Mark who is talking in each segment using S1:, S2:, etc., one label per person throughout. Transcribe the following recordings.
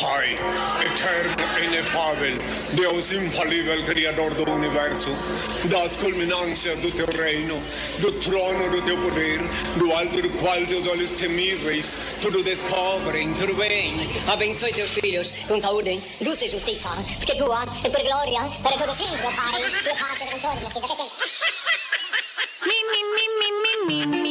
S1: Pai, eterno, inefável, Deus infalível, Criador do Universo, das culminâncias do teu reino, do trono do teu poder, do alto do qual teus olhos temíveis tudo descobrem, tudo bem.
S2: Abençoe teus filhos
S3: com saúde,
S2: luz e justiça,
S3: porque tua é tua glória para todo sempre, Pai, e paz e contorno, que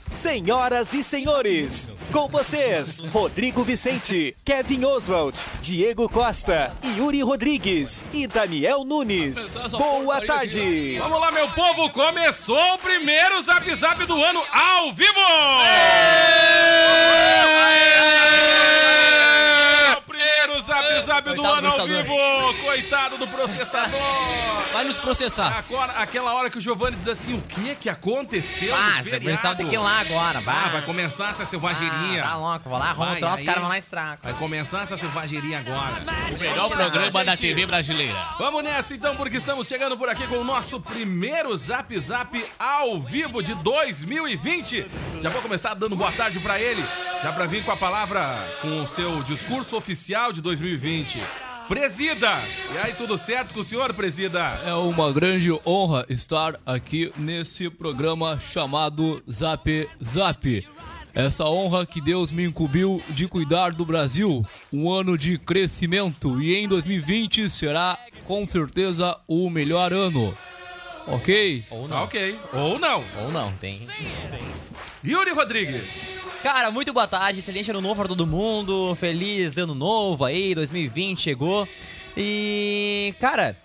S4: Senhoras e senhores, com vocês, Rodrigo Vicente, Kevin Oswald, Diego Costa, Yuri Rodrigues e Daniel Nunes. Boa tarde.
S5: Vamos lá, meu povo, começou o primeiro Zap Zap do ano ao vivo. É primeiro zap zap do ano ao vivo! Coitado do processador!
S6: Vai nos processar!
S5: Agora, aquela hora que o Giovanni diz assim: o que que aconteceu?
S6: Ah, você pensava tem que ir lá agora, vai.
S5: Ah, vai começar essa selvageria.
S6: Ah, tá louco, vou lá, arruma um troço, os caras vão lá e
S5: Vai começar essa selvageria agora.
S6: O melhor programa da TV brasileira.
S5: Vamos nessa então, porque estamos chegando por aqui com o nosso primeiro zap zap ao vivo de 2020. Já vou começar dando boa tarde pra ele. Já pra vir com a palavra, com o seu discurso oficial de 2020. Presida! E aí, tudo certo com o senhor, Presida?
S7: É uma grande honra estar aqui nesse programa chamado Zap Zap. Essa honra que Deus me incumbiu de cuidar do Brasil, um ano de crescimento e em 2020 será com certeza o melhor ano. Ok?
S5: Ou não. Tá ok. Ou não.
S6: Ou não, tem.
S5: Yuri Rodrigues.
S6: Cara, muito boa tarde, excelente ano novo para todo mundo, feliz ano novo aí, 2020 chegou. E, cara,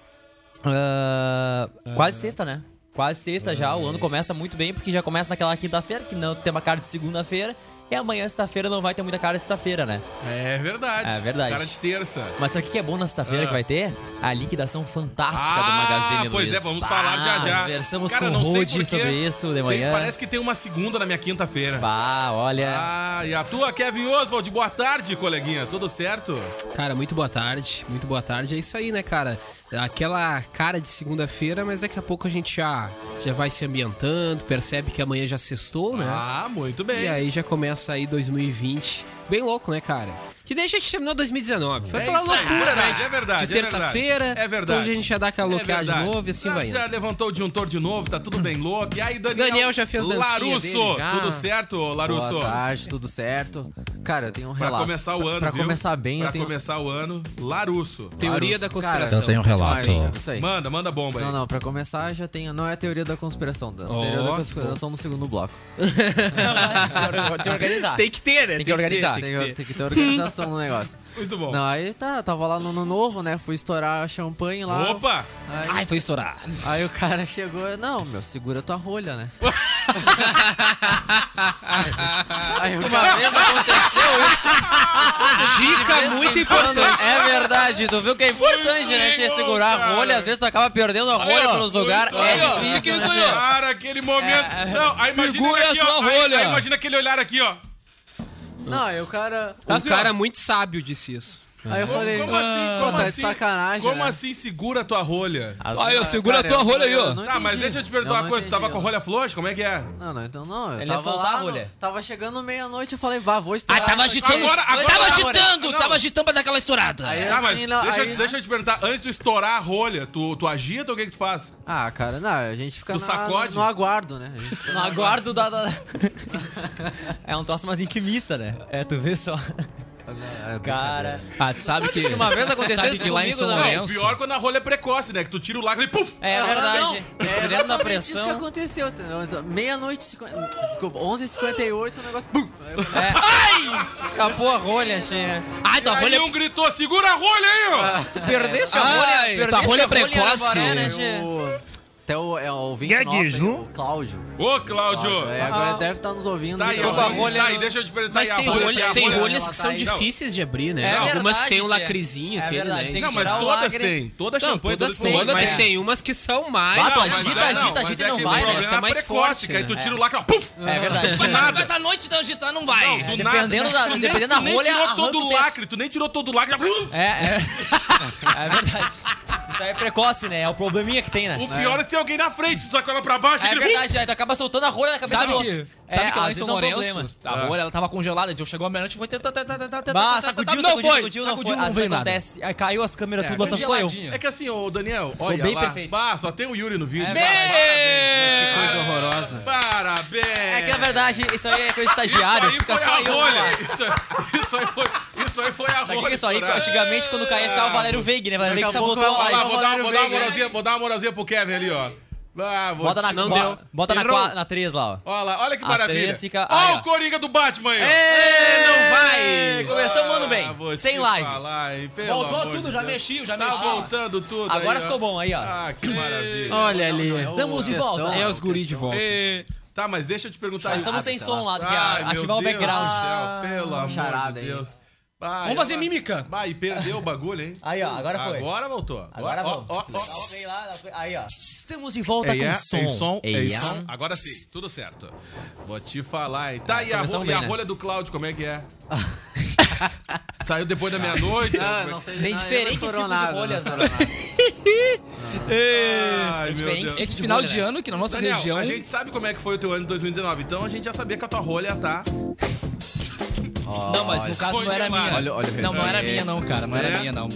S6: uh,
S5: É.
S6: quase sexta, né? Quase sexta já, o ano começa muito bem, porque já começa naquela quinta-feira, que não tem uma cara de segunda-feira. E amanhã, sexta-feira, não vai ter muita cara de sexta-feira, né?
S5: É verdade.
S6: É verdade.
S5: Cara de terça.
S6: Mas sabe o que é bom na sexta-feira ah. que vai ter? A liquidação fantástica ah, do Magazine
S5: pois
S6: Luiz. Ah,
S5: Pois é, vamos falar já já.
S6: Conversamos cara, com o Rodi sobre isso de manhã.
S5: Tem, parece que tem uma segunda na minha quinta-feira.
S6: Ah, olha.
S8: É.
S5: Ah, e a tua, Kevin Oswald. Boa tarde, coleguinha. Tudo certo?
S8: Cara, muito boa tarde. Muito boa tarde. É isso aí, né, cara? aquela cara de segunda-feira, mas daqui a pouco a gente já, já vai se ambientando, percebe que amanhã já sextou, né?
S5: Ah, muito bem.
S8: E aí já começa aí 2020. Bem louco, né, cara? Que nem a gente terminou 2019. Foi é aquela loucura,
S5: é
S8: né?
S5: De, é verdade.
S8: De terça-feira.
S5: É verdade.
S8: Hoje a gente já dá aquela loucada é de novo e assim vai.
S5: Já levantou o disjuntor de novo, tá tudo bem louco. E aí, Daniel.
S8: Daniel já fez dancinha
S5: Larusso.
S8: Dele, já.
S5: Tudo certo, Larusso?
S9: Boa tarde, tudo certo. Cara, eu tenho um relato.
S5: Pra começar o ano.
S9: Pra,
S5: viu?
S9: começar bem,
S5: pra
S9: tenho...
S5: começar o ano, Larusso. Ah,
S8: Teoria
S9: Larusso.
S8: da conspiração.
S6: Cara, eu tenho um relato.
S9: Aí,
S5: manda, manda bomba aí.
S9: Não, não, pra começar já tenho. Não é a teoria da conspiração, Dan. Oh, teoria da conspiração no segundo bloco.
S6: tem que organizar.
S8: Tem que ter, né?
S6: Tem que organizar.
S9: Tem que, tem que ter organização no negócio.
S5: Muito bom.
S9: Não, aí tá, tava lá no ano novo, né? Fui estourar champanhe lá.
S5: Opa!
S6: Aí, Ai, foi estourar.
S9: Aí o cara chegou, não, meu, segura tua rolha, né?
S6: aí uma vez aconteceu isso.
S8: Dica muito importante.
S6: É verdade, tu viu que é importante, né? Bom, segurar cara. a rolha, às vezes tu acaba perdendo a rolha Olha, pelos lugares. É difícil, né?
S5: Senhor? Cara, aquele momento. É, não, aí imagina
S6: segura
S5: aqui,
S6: a tua
S5: ó,
S6: rolha.
S5: Aí, aí imagina aquele olhar aqui, ó.
S9: Não, aí o cara.
S8: Um assim, cara ó. muito sábio disse isso.
S9: Aí eu falei,
S5: Tá como assim?
S6: "Ah,
S5: Como
S9: tá
S5: assim,
S9: de sacanagem.
S5: Como né? assim segura a tua rolha?
S8: Ah,
S6: As... Aí, ó, segura cara, a tua rolha aí, ó.
S5: Tá, entendi. mas deixa eu te perguntar
S9: eu
S5: uma coisa.
S9: entendi,
S5: tu tava
S9: eu
S5: com a rolha frouxa? Como é que é?
S9: Não, não, então não. Eu
S6: Ele ia
S9: tava
S6: soltar
S9: lá,
S6: a rolha.
S9: no- tava chegando meia-noite, eu falei, vá, vou estourar.
S6: tava
S9: essa
S6: agitando.
S9: aqui.
S5: Ah, Agora, agora.
S6: Tava
S5: agora.
S6: agitando,
S5: Não.
S6: tava agitando pra dar aquela estourada.
S9: Aí
S5: Ah, mas
S9: assim, não,
S5: deixa,
S9: aí-
S5: deixa eu te perguntar, antes de estourar a rolha, tu, tu agita ou o que que tu faz?
S9: Ah, cara, não, a gente fica
S5: Tu
S9: na,
S5: sacode?
S9: no aguardo, né? A gente fica
S6: No aguardo da. da- é um troço mais intimista, né? É, tu vê só.
S9: na- é
S6: Cara.
S8: Ah, tu sabe que.
S6: que uma vez aconteceu
S8: sabe
S6: isso
S8: que lá em
S6: comigo,
S8: São
S6: né?
S5: Não, o
S8: Lourenço.
S5: pior é quando a rolha é precoce, né? Que tu tira o lago e pum!
S6: É
S9: Não,
S6: verdade.
S9: não, É
S6: Dentro da
S9: exatamente isso que
S6: pressão.
S9: aconteceu, entendeu? Então, Meia-noite, e cinquenta- desculpa, 11h58, o negócio... Bum! Aí eu falei,
S6: É. Escapou a rolha, cheia. Ai,
S5: E
S8: Tá,
S6: tua
S5: aí
S8: é
S6: rolha.
S5: um gritou, segura a rolha aí, ó!
S6: Tu perdeste a
S8: Ai,
S6: rolha.
S8: tua
S6: perdeste
S8: rolha
S6: a rolha em
S8: precoce.
S6: Arambaré, né, Che?
S9: eu- Até o, é, o ouvinte
S5: Guedes,
S9: nosso,
S5: viu?
S9: o Cláudio.
S5: Ô, Cláudio!
S9: É, agora ele deve estar nos ouvindo.
S5: Tá aí,
S9: então.
S5: ó, tá aí, deixa eu te perguntar
S6: Mas
S5: aí,
S6: tem,
S5: a
S6: rolha-
S5: a
S6: tem
S5: rolha- tá
S6: rolhas que são
S5: Não.
S6: difíceis de abrir, né?
S5: É
S6: Algumas
S5: verdade,
S6: que tem um
S5: Gê.
S6: lacrezinho
S5: É
S6: aquele,
S5: verdade,
S6: né?
S5: tem que Não, mas tirar o todas lacre. têm. Toda
S6: Não,
S5: champanhe,
S6: todas
S5: todo
S6: têm.
S5: mundo
S6: Mas
S5: tem.
S6: tem umas que são mais...
S5: Ah, tu agita, agita,
S6: Não, mas
S5: agita e
S6: é
S5: não
S6: que
S5: vai,
S6: o
S5: né?
S6: problema
S5: Essa é mais forte,
S6: né?
S5: aí tu tira o lacre, ó, pum!
S8: É verdade.
S5: Do nada.
S10: Mas a noite de agitar não
S8: É,
S10: vai.
S5: Do nada. Tu nem- tu nem tirou todo o lacre, tu nem tirou todo o lacre.
S8: É, é. É verdade. Isso aí é precoce, né? É o probleminha que tem, né?
S5: O pior é se tem alguém na frente, tu tá com ela pra baixo.
S8: É
S5: aquele-
S8: verdade, aí tu acaba soltando a rolha na cabeça
S10: Sabe
S8: do
S10: que,
S8: outro.
S10: sabe que
S8: é,
S10: lá em
S8: às vezes
S10: São
S8: é um
S10: Lourenço,
S8: problema.
S10: a
S8: É.
S10: bolha ela tava congelada, então chegou a meia-noite e foi... tentar, tentar, tentar, tentar,
S8: Bah,
S10: tentar,
S8: sacudiu,
S10: não
S8: sacudiu,
S10: foi,
S8: sacudiu, não
S10: sacudiu,
S8: foi.
S10: não veio
S8: Às vezes
S10: nada.
S8: acontece. Aí caiu as câmeras,
S10: É,
S8: tudo, lá só ficou eu.
S10: congeladinha.
S5: É que assim, ô Daniel, olha
S8: bem
S5: lá.
S8: perfeito.
S5: Bah, só tem o Yuri no vídeo.
S8: É,
S5: Parabéns, né?
S6: Que coisa horrorosa.
S5: Parabéns.
S8: É que na verdade, isso aí é coisa de estagiário,
S5: Isso
S8: fica
S5: aí foi
S8: só
S5: a
S8: eu.
S5: rolha.
S8: lá.
S5: Isso, aí- isso aí foi, isso aí foi a
S8: Sabe o
S5: rolha.
S8: que é isso aí?
S5: estourada.
S8: Antigamente, quando caía, ficava o Valério Veig, né? Valério Veig
S5: Daqui a
S9: é
S5: pouco
S8: sabotou
S5: vai-
S8: lá.
S5: vai- Vou dar vou dar uma moralzinha, vou dar uma moralzinha pro Kevin ali, ó. Ah, vou
S8: Bota
S5: te-
S8: na,
S5: não
S8: bo-
S5: deu.
S8: Bota na,
S5: Errou.
S8: qua- na 3 lá, ó.
S5: Olha lá, olha que
S8: A
S5: maravilha.
S8: três fica-
S5: Olha
S8: aí,
S5: o
S8: ó. É.
S5: Coringa do Batman aí. ó.
S8: Ê, não
S5: É, vai!
S8: Começamos, mano, bem.
S5: Ah, vou
S8: Sem
S5: te
S8: live.
S5: falar, hein, pelo
S10: Voltou
S5: amor de
S10: tudo, já
S5: Deus.
S10: mexi, já
S5: Tá
S10: mexi.
S5: voltando tudo
S8: Agora
S5: ó.
S8: ficou bom aí, ó.
S5: Ah, que maravilha.
S6: Olha ali.
S8: Estamos de volta.
S6: É os guri de volta.
S5: Ê, Tá, mas deixa eu te perguntar aí.
S8: Nós estamos sem
S5: Ah,
S8: som lá, tem que
S5: Ai, meu
S8: ativar o
S5: Deus
S8: background.
S5: do céu,
S8: Ah,
S5: pelo amor
S8: charada
S5: de
S8: aí.
S5: Deus. Bah,
S8: Vamos fazer
S5: ela-
S8: mímica.
S5: Bah, e perdeu o bagulho, hein?
S8: Aí, ó, agora foi.
S5: Agora voltou.
S8: Agora Tá
S5: ó,
S8: vamos.
S5: ó, ó.
S8: Alguém lá, Aí, ó. Estamos de volta
S5: Ei,
S8: com
S5: é,
S8: som.
S5: Tem som,
S8: Ei,
S5: tem
S8: é.
S5: som. Agora sim, tudo certo. Vou te falar, hein? Tá,
S8: É,
S5: e a, ro
S8: começamos
S5: e a
S8: bem, né?
S5: rolha do Cláudio, como é que é? Saiu depois da meia-noite?
S9: Ah,
S5: Como é
S9: não
S5: que-
S9: sei,
S8: Tem
S9: não,
S8: diferentes
S9: não estourou
S8: tipos de
S9: nada, não
S8: rolhas, né?
S9: estourou nada.
S8: É
S5: Ai, meu
S10: diferente
S5: Deus.
S10: esse Esse final de de rolha, ano né? que na nossa
S5: Daniel,
S10: região-
S5: A gente sabe como é que foi o teu ano de 2019, então a gente já sabia que a tua rolha tá.
S10: Não, mas no caso
S5: Foi
S10: não era
S5: demais.
S10: minha.
S5: Olha- olha o
S10: não, não
S5: resultado.
S10: era minha não, cara, não
S5: É?
S10: era minha não.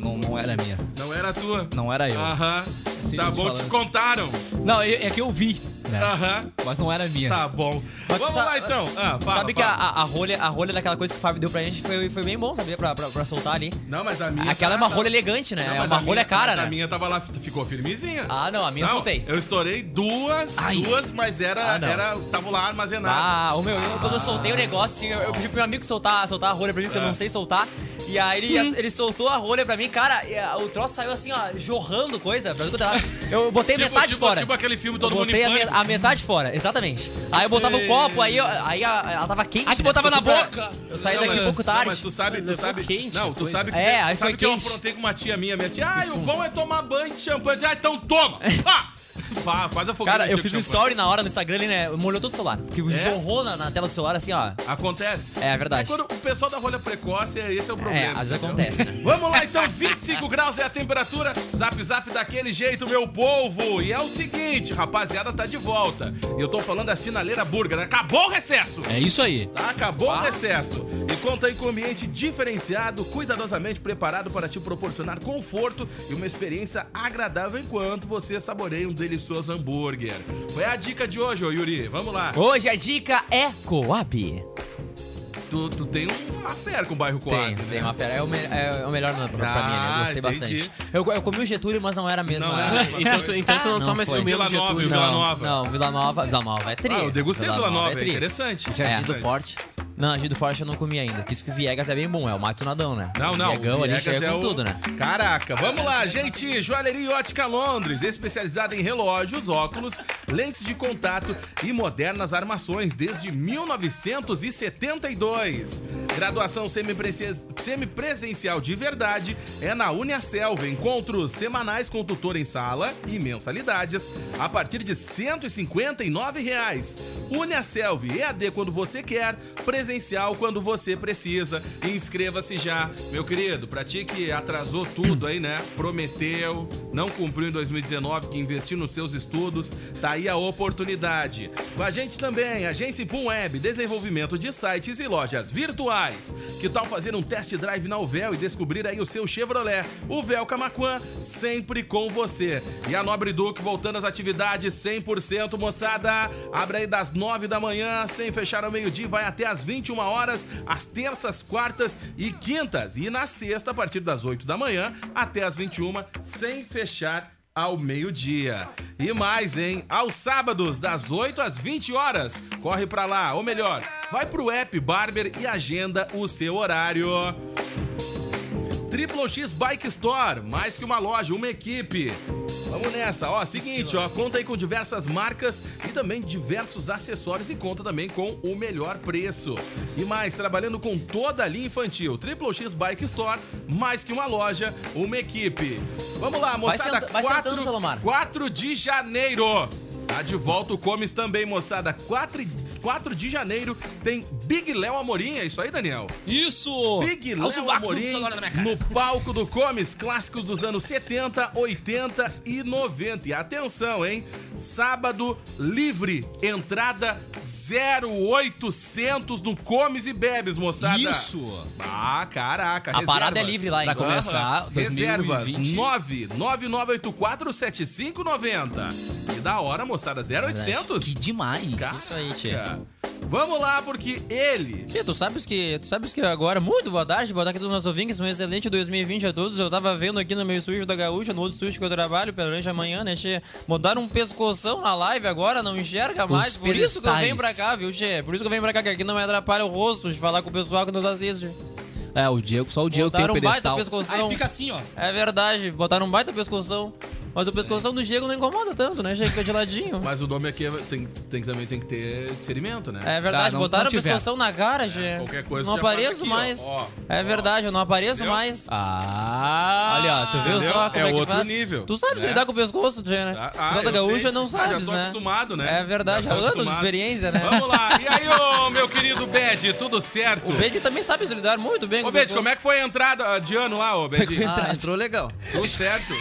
S10: Não, não era minha.
S5: Não era a tua?
S10: Não era eu.
S8: É
S5: Aham.
S10: Assim,
S5: Tá
S10: eu te
S5: bom,
S10: falando.
S5: te contaram.
S10: Não, eu- é que eu vi. né?
S5: Aham.
S10: Mas não era minha.
S5: Tá bom.
S8: Mas
S5: Vamos
S8: sa-
S5: lá então. Ah, fala,
S8: sabe que a,
S5: fala.
S8: a, a rolha, a rolha daquela coisa que o Fábio deu pra gente foi, foi bem bom, sabia? Pra, pra, pra soltar ali.
S5: Não, mas a minha. tá,
S8: Aquela é uma rolha elegante, né?
S5: Não,
S8: é
S5: mas
S8: uma
S5: a minha-
S8: rolha cara,
S5: mas
S8: né?
S5: A minha tava lá, ficou firmezinha.
S8: Ah, não, a minha eu soltei.
S5: Eu estourei duas,
S8: Ai.
S5: duas, mas era,
S8: Ah, não.
S5: era, tava lá armazenado.
S8: Ah, o meu, eu, quando eu soltei o negócio, assim, eu, eu pedi pro meu amigo soltar, soltar a rolha pra mim, porque eu
S5: É.
S8: não sei soltar. E aí ele, ele soltou a rolha pra mim, cara, e, ah, o troço saiu assim, ó, jorrando coisa. pra tudo quanto é lado. Eu botei
S5: Tipo-
S8: metade
S5: tipo-
S8: fora.
S5: tipo aquele filme
S8: Eu
S5: Todo Mundo em
S8: botei a, me-
S5: Pânico.
S8: a metade fora, exatamente. Aí eu botava o
S5: Ei.
S8: copo, aí, eu- aí a- ela tava quente. né? Aí
S10: tu botava na boca.
S8: Eu saí
S5: Não,
S8: daqui
S5: mas-
S8: um pouco
S5: Não,
S8: tarde.
S5: mas tu sabe, tu sabe. não, tu sabe que,
S8: É, aí
S5: sabe
S8: foi
S5: que eu
S8: quente.
S5: aprontei com uma tia minha. Minha tia, ai, o bom é tomar banho de champanhe. Ah, então toma! Ah! Pá, quase afoguei.
S8: Cara,
S5: minha
S8: eu
S5: tia
S8: fiz
S5: com
S8: um
S5: champanhe.
S8: story na hora no Instagram, ele, né? Molhou todo o celular. Porque jorrou na, na tela do celular, assim, ó.
S5: Acontece?
S8: É, é verdade.
S5: É quando o pessoal da rolha precoce, é- esse é o problema.
S8: É, às vezes
S5: entendeu?
S8: acontece, né?
S5: Vamos lá então, 25 graus é a temperatura. Zap zap daquele jeito, meu povo. E é o seguinte, rapaziada, tá de volta. E eu tô falando da sinaleira burger. né? Acabou o recesso!
S10: É isso aí.
S5: Tá, acabou o recesso. E conta aí com um ambiente diferenciado, cuidadosamente preparado para te proporcionar conforto e uma experiência agradável enquanto você saboreia um delicioso hambúrguer. Qual é a dica de hoje, ô Yuri? Vamos lá.
S8: Hoje a dica é Coab.
S5: Tu, tu tem uma fera com o bairro Coab,
S8: Tem,
S5: né?
S8: tem uma fera. É o, me- é o melhor nome pra,
S5: Ah,
S8: pra mim, né? Eu gostei
S5: entendi.
S8: bastante. Eu, eu comi o Getúlio, mas não era mesmo.
S5: Não
S8: né?
S5: era a mesma
S6: Então tu- então tu não tá mais
S8: foi.
S6: comendo Vila Nova, Getúlio.
S5: Vila
S8: Não,
S5: Nova.
S8: Não, Vila Nova. Vila Nova é tri.
S5: Ah, eu degustei Vila Nova, é
S8: tri.
S5: interessante.
S8: É.
S5: Jardim do
S8: Forte. Não, Gido Forte eu não comi ainda. Por isso que o Viegas é bem bom, é o Mato Nadão, né?
S5: Não, não.
S8: O Viegão ali
S5: Viegas
S8: chega
S5: é
S8: com
S5: o-
S8: tudo, né?
S5: Caraca, vamos lá, gente. Joalheria e Ótica Londres, especializada em relógios, óculos, lentes de contato e modernas armações desde 1972. Graduação semipresen- semipresencial de verdade é na Uniaselva. Encontros semanais com tutor em sala e mensalidades a partir de R$ 159 reais. Uniaselv EAD quando você quer, presencial quando você precisa. Inscreva-se já, meu querido. Pra ti que atrasou tudo aí, né? Prometeu, não cumpriu em 2019 que investiu nos seus estudos, tá aí a oportunidade. Com a gente também, agência Pum Web, desenvolvimento de sites e lojas virtuais. Que tal fazer um test drive na Uvel e descobrir aí o seu Chevrolet? O Vel Camaquã sempre com você. E a Nobre Duque voltando às atividades 100%, moçada. Abre aí das 9 da manhã, sem fechar ao meio-dia, vai até às 21 horas, às terças, quartas e quintas. E na sexta, a partir das 8 da manhã até às 21, sem fechar ao meio-dia. E mais, hein? Aos sábados, das 8 às 20 horas. Corre pra lá, ou melhor, vai pro app Barber e agenda o seu horário. Triple X Bike Store, mais que uma loja, uma equipe. Vamos nessa, ó, seguinte, ó, conta aí com diversas marcas e também diversos acessórios e conta também com o melhor preço. E mais, trabalhando com toda a linha infantil, Triple X Bike Store, mais que uma loja, uma equipe. Vamos lá,
S8: Vai
S5: moçada,
S8: senta- vai sentando,
S5: 4,
S8: Salomar.
S5: 4 de janeiro. Tá de volta o Comes também, moçada. 4, e- 4 de janeiro tem Big Léo Amorim, é isso aí, Daniel?
S7: Isso!
S5: Big
S7: Olha o
S5: Léo
S7: sovaco do
S5: Amorim
S7: Salomar na minha cara.
S5: no palco do Comes, clássicos dos anos 70, 80 e 90. E atenção, hein? Sábado livre, entrada 0800 no Comes e Bebes, moçada.
S7: Isso!
S5: Ah, caraca.
S8: A parada é livre lá, hein?
S5: Para
S8: Pra começar, 2020.
S5: 999847590. Que da hora, moçada. 0800? Que
S8: demais.
S5: Caraca.
S8: Isso aí, tia.
S5: Vamos lá, porque ele...
S8: Tia, tu sabes que, tu sabes que agora, muito boa tarde, boa tarde a todos os nossos ouvintes, um excelente 2020 a todos. Eu tava vendo aqui no meu estúdio da Gaúcha, no outro estúdio que eu trabalho, pela noite amanhã, né, tia? Mandaram um pescoção na live agora, não enxerga mais. por isso que eu venho pra
S7: pedestais.
S8: cá, viu, tia? Por isso que eu venho pra cá, que aqui não me atrapalha o rosto de falar com o pessoal que nos assiste.
S7: É, o Diego, só o Diego tem
S8: Botaram
S7: o
S8: um baita
S7: pedestal.
S8: pescoção. É verdade, botaram um baita pescoção. Mas o pescoção do Diego não incomoda tanto, né? Já fica de ladinho.
S5: Mas o nome aqui é- tem, tem- também tem que ter discernimento, né?
S8: É verdade, botaram a pescoção na cara, Gê.
S5: qualquer coisa
S8: Não
S5: já faz
S8: apareço
S5: aqui, ó,
S8: mais.
S5: ó,
S8: é verdade, eu não apareço mais.
S7: Ah!
S8: Olha, ó, tu viu
S5: Entendeu?
S8: só como
S5: É
S8: é, que
S5: outro
S8: faz?
S5: nível,
S8: Tu sabes
S5: né?
S8: lidar com o pescoço, Gê, né?
S5: Ah, ah,
S8: Jota
S5: eu
S8: Gaúcha
S5: sei.
S8: não
S5: Ah,
S8: sabes,
S5: já tô
S8: né?
S5: acostumado, né?
S8: É verdade,
S5: Já tô
S8: anos de
S5: acostumado.
S8: experiência, né?
S5: Vamos lá. E aí, ô, meu querido Bed, tudo certo?
S8: O Bede também sabe se lidar muito bem com
S5: Ô,
S8: o
S5: Bed,
S8: pescoço.
S5: como é tá? que foi a entrada de ano lá, ô, Bed?
S8: Ah, entrou legal.
S5: Tudo certo.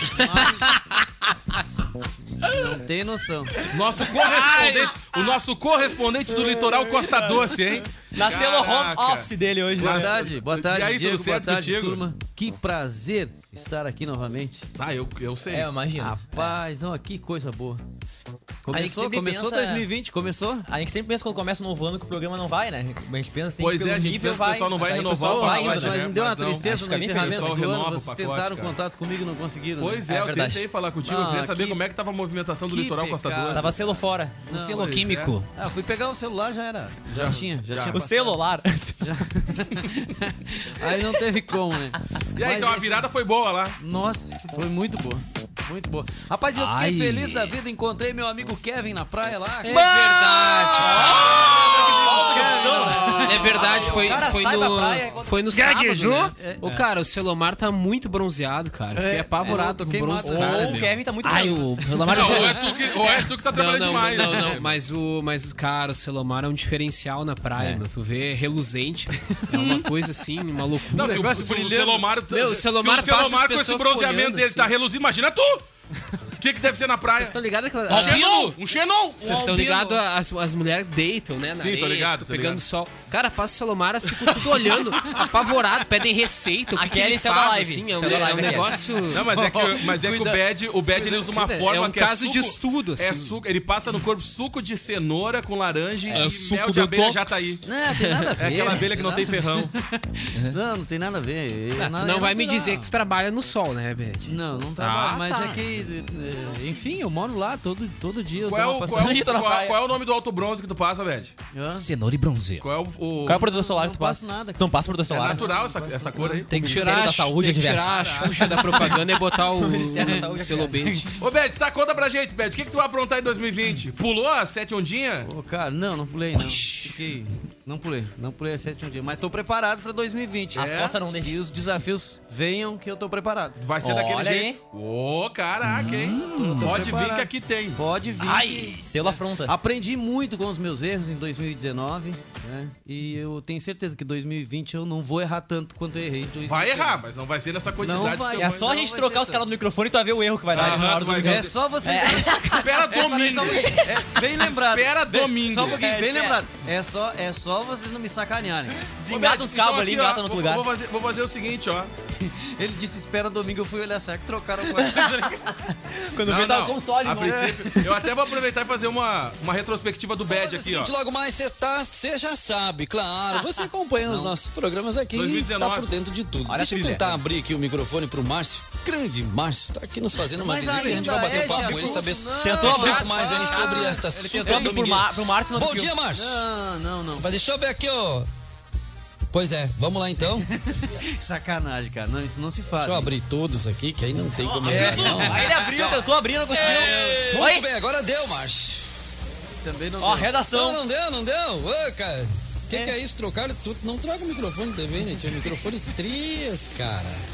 S8: Não tem noção.
S5: Nosso correspondente, o nosso correspondente do litoral Costa Doce, hein?
S8: Nasceu no home
S5: Caraca.
S8: office dele hoje,
S9: Boa
S8: né?
S9: tarde, boa tarde,
S5: E aí, tudo
S9: Diego, boa
S5: certo
S9: tarde,
S5: contigo?
S9: turma. Que prazer estar aqui novamente.
S5: Ah, eu, eu sei.
S8: É, eu imagino.
S9: Rapaz, ó, que coisa boa.
S8: A gente
S9: Começou,
S8: sempre
S9: começou
S8: pensa-
S9: 2020, começou?
S8: A gente sempre pensa quando começa um novo ano que o programa não vai, né? A gente pensa assim,
S5: Pois
S8: que pelo
S5: é, a gente
S8: nível
S5: pensa que o
S8: vai,
S5: pessoal não
S8: mas
S5: vai
S8: aí o
S5: renovar
S8: pessoal
S5: o
S8: vai
S5: programa,
S8: indo,
S5: né?
S8: né?
S9: Mas me deu uma
S5: Mas não,
S9: tristeza
S5: acho
S9: no
S5: que nem
S9: encerramento
S5: pessoal
S9: do ano,
S5: renova o
S9: vocês
S5: pacote,
S9: tentaram
S5: cara.
S9: contato comigo e não conseguiram. né?
S5: Pois é, eu tentei falar contigo,
S6: Ah,
S5: eu queria saber como é que tava a movimentação do
S9: que
S5: litoral Costa
S9: pecado.
S5: Doce.
S8: Tava selo fora.
S9: Não,
S5: um
S9: pois é. Ah, fui pegar o celular, já era.
S5: é.
S9: Já, tinha, já, tinha.
S8: O celular.
S9: Aí não teve como, né?
S5: E aí,
S9: Mas,
S5: então a
S9: enfim,
S5: virada foi boa lá.
S9: Nossa, foi muito boa. Muito boa. Rapaz, eu fiquei
S5: Ai.
S9: feliz da vida. Encontrei meu amigo Kevin na praia lá.
S8: É verdade.
S6: É verdade,
S9: Ah, o
S6: foi,
S9: cara
S6: foi
S9: sai pra
S6: no,
S9: praia enquanto-
S6: foi no
S9: Gaguejou?
S6: sábado, né?
S9: É.
S6: Ô, cara, o Celomar tá muito bronzeado, cara. Fiquei
S9: É, é,
S6: apavorado
S9: eu
S6: com
S9: tô
S6: o bronze do
S9: queimado,
S6: cara,
S9: né?
S6: meu.
S9: O Kevin tá muito
S6: Ai,
S9: branco.
S6: o
S8: Uhum.
S6: Celomar...
S5: Não, ou é tu que- ou é tu que tá trabalhando
S6: não, não,
S5: demais,
S6: Não,
S5: né?
S6: não, mas o, mas, cara, o Celomar é um diferencial na praia, meu. Tu vê, é reluzente. É uma coisa assim, uma loucura.
S5: Não, se o, se o Celomar,
S6: Meu,
S5: se o
S6: o Celomar
S5: Celomar
S6: passa, as
S5: com esse
S6: pessoas
S5: bronzeamento
S6: olhando,
S5: dele tá
S6: assim.
S5: reluzindo, imagina tu! O que que deve ser na praia? Vocês estão
S6: ligados
S5: Um xenon! Um xenon!
S6: Vocês estão ligados? As, as mulheres deitam, né? Na
S5: Sim, tô
S6: areia,
S5: ligado,
S6: ficam
S5: tô
S6: Pegando
S5: ligado.
S6: sol. Cara, passa o celular, assim, ficam tudo olhando, apavorado, pedem receita. O que, que
S8: Aquele
S6: eles
S8: saiu da
S6: fazem,
S8: live,
S6: assim? É um,
S8: saiu da
S6: é um
S8: live aquele.
S6: negócio...
S5: Não, mas é que, mas é que o
S6: Cuida-
S5: Bad, o Bad ele usa uma
S6: cuida-
S5: forma
S6: É um
S5: que
S6: caso
S5: suco-
S6: de estudo, assim.
S5: É suco, ele passa no corpo suco de cenoura com laranja
S6: É,
S5: e
S6: suco
S5: mel de
S6: detox.
S5: abelha já tá aí.
S9: Não, tem nada a
S6: Tá
S9: ver.
S5: É aquela abelha que não tem ferrão.
S9: Não, não tem nada a ver.
S8: Tá.
S6: Ah, tu não vai me dizer que tu trabalha no sol, né, Bad?
S9: Não, não
S6: Tá
S9: trabalho, mas é que, eh, enfim, eu moro lá todo, todo dia. Eu
S5: Qual é,
S9: dou
S5: o,
S9: uma
S5: qual, é o-
S9: passadinha.
S5: qual é- qual é o nome do alto bronze que tu passa, Bad?
S8: Cenoura e bronze.
S5: Qual é o. o...
S8: Qual é o produtor solar que tu passa?
S9: nada.
S8: Não passa produtor
S5: É
S8: solar.
S5: natural essa, essa cor aí.
S6: Tem que
S8: Ministério
S6: tirar,
S8: da
S6: a-
S8: Saúde
S6: tem que
S8: é diverso.
S6: tirar a Xuxa da propaganda e botar o,
S8: Ministério da
S6: o
S8: Saúde é
S6: celobente.
S5: Ô, Bad, tá, conta pra gente, Bad. O que, que tu vai aprontar em 2020? Pulou as sete ondinhas?
S9: Ô, cara, não, não pulei, não. Fiquei. Não pulei, não pulei a sete um dia. Mas tô preparado pra 2020.
S8: As costas não
S9: deixam. É, E os desafios venham que eu tô preparado.
S5: Vai ser daquele jeito. Ô, caraca, hein?
S8: Hum,
S5: Pode vir que aqui tem.
S9: Pode vir.
S5: Ai,
S8: selo afronta.
S9: Aprendi muito com os meus erros em 2019, né? E eu tenho certeza que 2020 eu não vou errar tanto quanto eu errei em 2019.
S5: Vai errar, mas não vai ser nessa quantidade.
S9: Não vai,
S5: que eu
S8: É
S5: vou-
S8: só a gente trocar os caras do microfone e tu vai ver o erro que vai dar
S5: Aham,
S8: na hora
S5: tu
S8: do
S5: vai ver.
S8: microfone.
S9: É só vocês.
S5: Espera
S8: É
S9: É,
S5: domingo.
S9: um Bem lembrado.
S5: Espera domingo.
S9: É, só um pouquinho,
S5: É,
S9: bem
S5: espera.
S9: lembrado. É só, é só vocês não me sacanearem.
S8: Desengata os cabos ali,
S5: Então,
S8: engata
S5: aqui,
S8: no
S5: ó,
S8: outro
S5: vou-
S8: lugar.
S5: Vou fazer, vou fazer o seguinte, ó.
S9: Ele disse: espera domingo, eu fui olhar, será que trocaram alguma coisa?
S8: Quando vem, tava com console, né?
S5: A
S8: mano.
S5: princípio, eu até vou aproveitar e fazer uma, uma retrospectiva do Bad aqui, ó.
S11: Logo mais você tá, você já sabe, claro. Você acompanha os nossos programas aqui e
S5: 2019.
S11: tá por dentro de tudo.
S5: Olha
S11: Deixa
S5: a
S11: eu
S5: trilha.
S11: tentar abrir aqui o microfone pro Márcio. Grande Márcio, tá aqui nos fazendo uma
S8: Mas
S11: visita e a gente vai
S8: ainda
S11: bater
S8: é
S11: um papo
S8: esse
S11: com ele saber
S8: assunto, não.
S11: tentou abrir um pouco
S8: Ah,
S11: mais aí sobre esta
S8: ele
S11: super
S8: tentou abrir pro
S11: domingueira.
S8: Mar- pro Márcio, não
S11: Bom
S8: conseguiu.
S11: dia, Márcio.
S9: Não, não, não.
S11: Mas deixa eu ver aqui, ó. Pois é, vamos lá então.
S9: Sacanagem, cara. Não, isso não se faz.
S11: Deixa eu abrir todos aqui, que aí não tem como
S9: É.
S11: abrir, não.
S9: Aí ele abriu, tentou abrir, não conseguiu.
S11: É.
S9: Oi?
S11: Muito bem, agora deu, Márcio.
S9: Também não
S11: Ó,
S9: deu.
S11: Não, não deu, não deu. Ô, cara. O que, que é isso? Trocaram tudo. Não troca o microfone também, né? Tinha microfone trias, cara.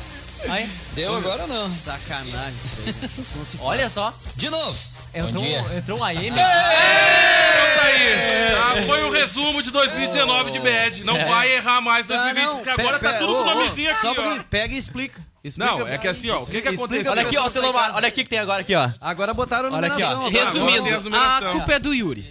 S9: Aí.
S11: Deu agora não.
S9: Sacanagem. isso aí, né? Isso não se faz.
S8: Olha só.
S11: De novo.
S8: Entrou,
S9: Bom dia.
S8: entrou um AM.
S5: Tá aí. Tá, foi o resumo de 2019 de Bad. Não
S9: É.
S5: vai errar mais
S9: Tá,
S5: 2020,
S9: não,
S5: porque agora
S9: pe-
S5: tá
S9: pe-
S5: tudo
S9: ô,
S5: com
S9: ô,
S5: nomezinho aqui,
S9: Só
S5: ó.
S9: porque pega e explica. Explica
S5: Não, é
S9: pra-
S5: que assim, ó, o que que
S9: explica
S5: aconteceu?
S9: pra
S5: Olha aqui, ó,
S9: pessoa que tá em
S5: celular,
S9: casa.
S8: Olha aqui que tem agora aqui, ó.
S9: Agora botaram
S8: Olha aqui, ó.
S5: Agora tem as numeração.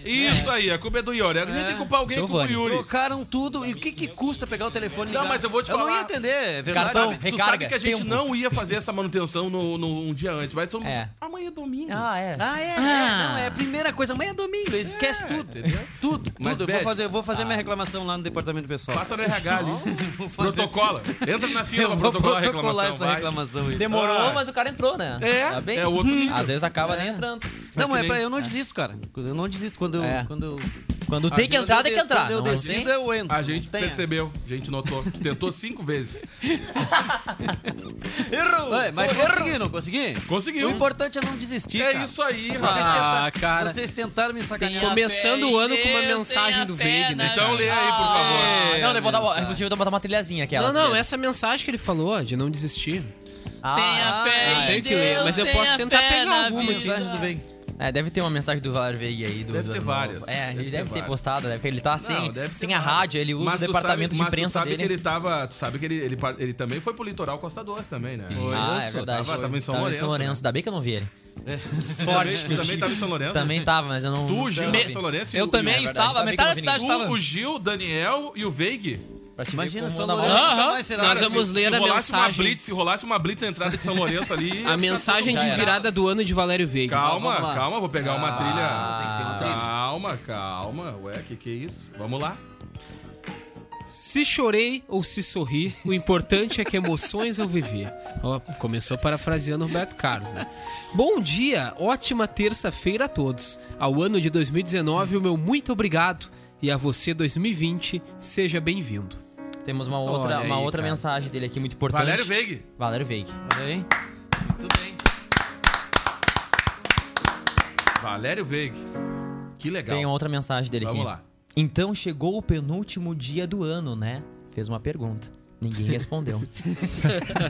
S9: é
S5: Isso aí, a culpa é do Yuri. A gente tem que culpar alguém com o
S9: Giovanni.
S5: Yuri.
S9: Trocaram tudo. E o que, que custa pegar o telefone e
S5: Não,
S9: ligar?
S5: mas eu vou te falar.
S9: Eu não ia entender, é verdade.
S5: tu sabe, tu sabe que a gente não ia fazer essa manutenção no, no- um dia antes, mas somos.
S9: É.
S8: Amanhã é domingo.
S9: Ah, é. Ah, é, é. Não, é a primeira coisa. Amanhã é domingo. Esquece tudo. Tudo,
S5: Mas,
S9: tudo. Eu
S5: Beth, ah.
S9: vou fazer, eu vou fazer minha reclamação lá no departamento pessoal.
S5: Passa no RH ali.
S9: Vou fazer.
S5: Protocola. Entra na fila,
S9: Eu vou
S5: protocola a reclamação.
S9: protocolar essa
S5: vai.
S9: reclamação aí.
S8: Demorou,
S9: Ah.
S8: mas o cara entrou, né?
S9: É,
S8: Tá bem?
S9: é o outro nível.
S8: Às vezes acaba nem entrando.
S9: Não,
S8: Mas
S9: é
S8: que
S9: pra,
S8: nem-
S9: eu não desisto, cara. Eu não desisto. Quando eu.
S8: É.
S9: Quando, eu
S8: Quando tem que entrar, tem que entrar.
S9: Quando eu
S8: Não é assim?
S9: decido,
S8: tem?
S9: eu entro.
S5: A gente
S9: Não Ah, tem essa.
S5: percebeu, a gente notou. Tu tentou cinco vezes.
S9: Errou! Ué, mas
S5: Errou!
S9: consegui, não consegui?
S5: Conseguiu.
S9: O importante é não desistir.
S5: É
S9: cara.
S5: isso aí,
S9: vocês
S5: rapaz.
S9: tentaram,
S5: Ah, cara.
S9: Vocês tentaram me sacanear.
S6: Começando o ano com uma mensagem do Veig, né?
S5: Então lê aí, por
S8: Ah,
S5: favor.
S8: não, depois
S5: É.
S8: botar, eu tive que botar uma trilhazinha aqui.
S6: Não, não, essa mensagem que ele falou de não desistir.
S8: Ah,
S6: Eu tenho que ler, mas eu posso tentar pegar alguma aqui.
S9: mensagem do Veig.
S8: É, deve ter uma mensagem do Valer Veig aí. Do,
S5: Deve
S8: do
S5: ter
S8: ano
S5: várias.
S8: novo. É,
S5: Deve ter
S8: ele deve ter
S5: várias.
S8: postado, né? Porque ele tá sem,
S5: Não, deve ter
S8: sem a
S5: várias.
S8: rádio, ele usa
S5: Mas
S8: o
S5: tu
S8: departamento
S5: sabe- mas
S8: de imprensa
S5: tu sabe
S8: dele.
S5: que ele tava, tu sabe que ele, ele, par- ele também foi pro litoral Costa Doce também, né?
S8: Ah, é verdade.
S5: Tava, tava em São Lourenço. né?
S8: Ainda bem que eu não vi ele.
S5: É.
S8: Sorte que
S5: Também,
S8: eu
S5: também
S8: tive.
S5: tava em São Lourenço.
S8: Também tava, mas eu não.
S5: Tu, Gil,
S8: não
S5: tava em
S8: vi.
S5: São Lourenço. e
S8: Eu
S5: o-
S8: também
S5: é verdade,
S8: estava,
S5: ainda bem
S8: metade
S5: que eu
S8: da
S5: não vi
S8: cidade
S5: ninguém.
S8: tava.
S5: Tu, o Gil, Daniel e o Veig.
S9: Imagina,
S5: como
S9: São
S5: anda mal.
S9: Lourenço
S6: Aham,
S9: nunca mais será.
S6: nós
S9: Cara,
S6: vamos
S9: se-
S6: ler
S9: se rolasse uma
S6: a
S5: Se rolasse
S6: mensagem.
S5: uma blitz, se rolasse uma blitz a entrada de São Lourenço ali... ia ficar
S6: A
S5: todo
S6: mensagem
S5: mundo-
S6: de
S5: Já era.
S6: virada do ano de Valério Veiga.
S5: Calma, calma, vou pegar uma trilha.
S6: Ah, tem que ter uma trilha.
S5: Calma, calma. Ué, que que é isso? Vamos lá.
S6: Se chorei ou se sorri, o importante é que emoções eu vivi. Ó, começou parafraseando o Roberto Carlos, né? Bom dia, ótima terça-feira a todos. Ao ano de 2019, o meu muito obrigado. E a você, 2020, seja bem-vindo.
S8: Temos uma outra,
S6: Olha
S8: uma
S6: aí,
S8: outra
S6: cara.
S8: mensagem dele aqui muito importante.
S5: Valério Veig.
S8: Valério Veig.
S9: Muito bem.
S5: Valério Veig. Que legal.
S8: Tem um- outra mensagem dele
S5: Vamos
S8: aqui.
S5: lá.
S8: Então chegou o penúltimo dia do ano, né? Fez uma pergunta. Ninguém respondeu.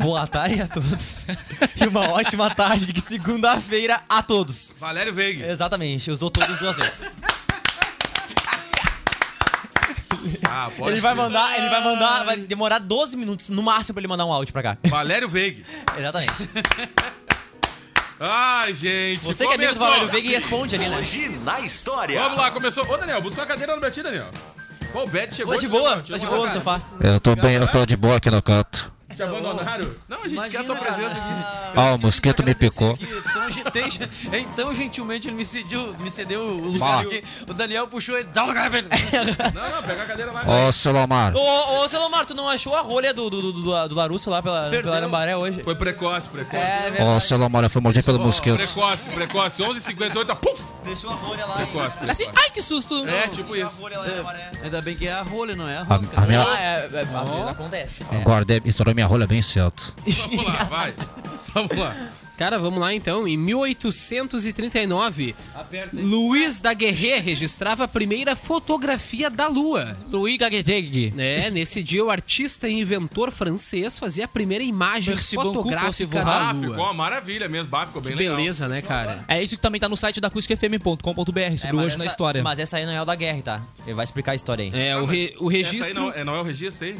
S8: Boa tarde a todos. E uma ótima tarde de segunda-feira a todos.
S5: Valério Veig.
S8: Exatamente, usou todos duas vezes.
S5: Ah, pode
S8: É. Ele vai
S5: crer.
S8: mandar, ele vai mandar, vai demorar 12 minutos no máximo pra ele mandar um áudio pra cá.
S5: Valério Veig.
S8: Exatamente.
S5: Ai, gente.
S8: Você que é amigo do
S5: começou.
S8: Valério Veiga e responde ali, né?
S12: Hoje na história.
S5: Vamos lá, começou. Ô, Daniel, busca uma cadeira no Betinho, Daniel. Pô, o Bet chegou.
S8: Tá de
S5: chegou,
S8: boa,
S5: chegou
S8: tá de
S5: na
S8: boa Tá no
S5: cara.
S8: sofá.
S13: Eu tô bem, eu tô de boa aqui no canto.
S5: Te abandonaram? Não, a gente quer a tua presença
S8: né?
S5: aqui.
S13: Ah, o mosquito me picou.
S9: Então, ge- tem ge- então, gentilmente, ele me cediu, me cedeu o
S13: Bah.
S9: Luciano aqui. O Daniel puxou ele. Dá um uma cara pra ele.
S5: Não, não, pega a cadeira lá.
S13: Ó, seu Lomar.
S9: É
S8: Ô, ô, Selomar, tu não achou a rolha do, do, do, do, do Larusso lá pela,
S5: Perdeu.
S8: pela Arambaré hoje?
S5: Foi precoce, precoce.
S8: É,
S13: Ó, seu Lomar, eu fui mordido pelo mosquito.
S5: Precoce, precoce. 11h58, puf!
S8: Deixou a rolha lá.
S5: Precoce,
S8: Assim,
S5: precoce.
S8: ai que susto!
S5: É, tipo isso.
S9: Ainda bem que é a rolha, não é a
S13: A-
S9: rosca.
S13: a minha-
S8: Ah, é, é, às vezes acontece.
S13: Eu guardei, estourou minha rola bem cedo.
S5: Vamos lá, vai. Vamos lá.
S6: Cara, vamos lá então. Em 1839, Luiz da Guerre registrava a primeira fotografia da Lua. Luiz Daguerre. É, nesse dia o artista e inventor francês fazia a primeira imagem
S8: Tá
S6: fotográfica da
S5: Ah, ficou uma
S6: Lua.
S5: maravilha mesmo. Bah, ficou bem
S6: Que
S5: legal.
S6: beleza, né, cara?
S8: É isso que também tá no site da acusticfm.com.br
S6: sobre Hoje na História.
S8: É, Mas essa aí não é o da guerra, tá? Ele vai explicar a história aí.
S6: É, o, re- o
S5: Essa aí
S6: registro.
S5: não, é, não é o registro aí?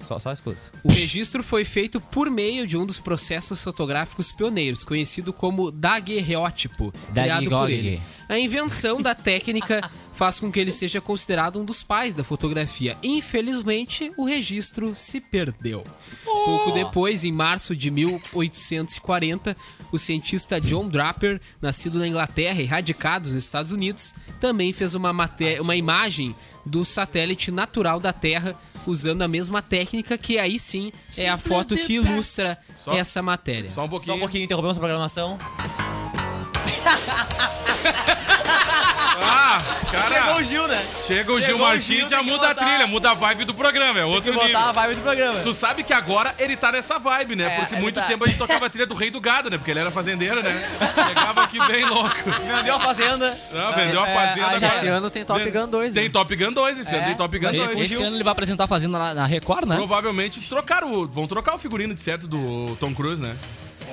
S8: Só, só escuta.
S6: O registro foi feito por meio de um dos processos fotográficos pioneiros, conhecido como daguerreótipo, criado por ele.
S8: Daguerre.
S6: A invenção da técnica faz com que ele seja considerado um dos pais da fotografia. Infelizmente, o registro se perdeu. Pouco
S5: Oh!
S6: depois, em março de 1840, o cientista John Draper, nascido na Inglaterra e radicado nos Estados Unidos, também fez uma, maté- uma imagem do satélite natural da Terra usando a mesma técnica que aí sim é a foto que ilustra
S8: Só-
S6: essa matéria.
S5: Só um pouquinho.
S8: Só um pouquinho, interrompemos a programação.
S5: Ah, Cara,
S8: Chegou o Gil, né?
S5: Chega o Gil
S8: Chegou
S5: Martins
S8: Gil,
S5: e já
S8: tem que
S5: muda a
S8: botar-
S5: trilha, muda a vibe do programa, é outro
S8: que botar
S5: nível.
S8: a vibe do programa.
S5: Tu sabe que agora ele tá nessa vibe, né?
S8: É,
S5: Porque
S8: ele
S5: muito
S8: tá.
S5: tempo a gente tocava a trilha do Rei do Gado, né? Porque ele era fazendeiro, né? Chegava aqui bem louco.
S8: Vendeu a fazenda.
S5: Não, vendeu a
S8: É,
S5: fazenda.
S8: aí já-
S5: agora.
S8: Esse ano tem Top Gun né? É. 2,
S5: Tem Top Gun 2, esse ano tem Top Gun
S7: Mas
S5: 2.
S7: Esse ano ele vai apresentar fazendo na, na Record, né?
S5: Provavelmente trocaram, o- vão trocar o figurino de certo do Tom Cruise, né?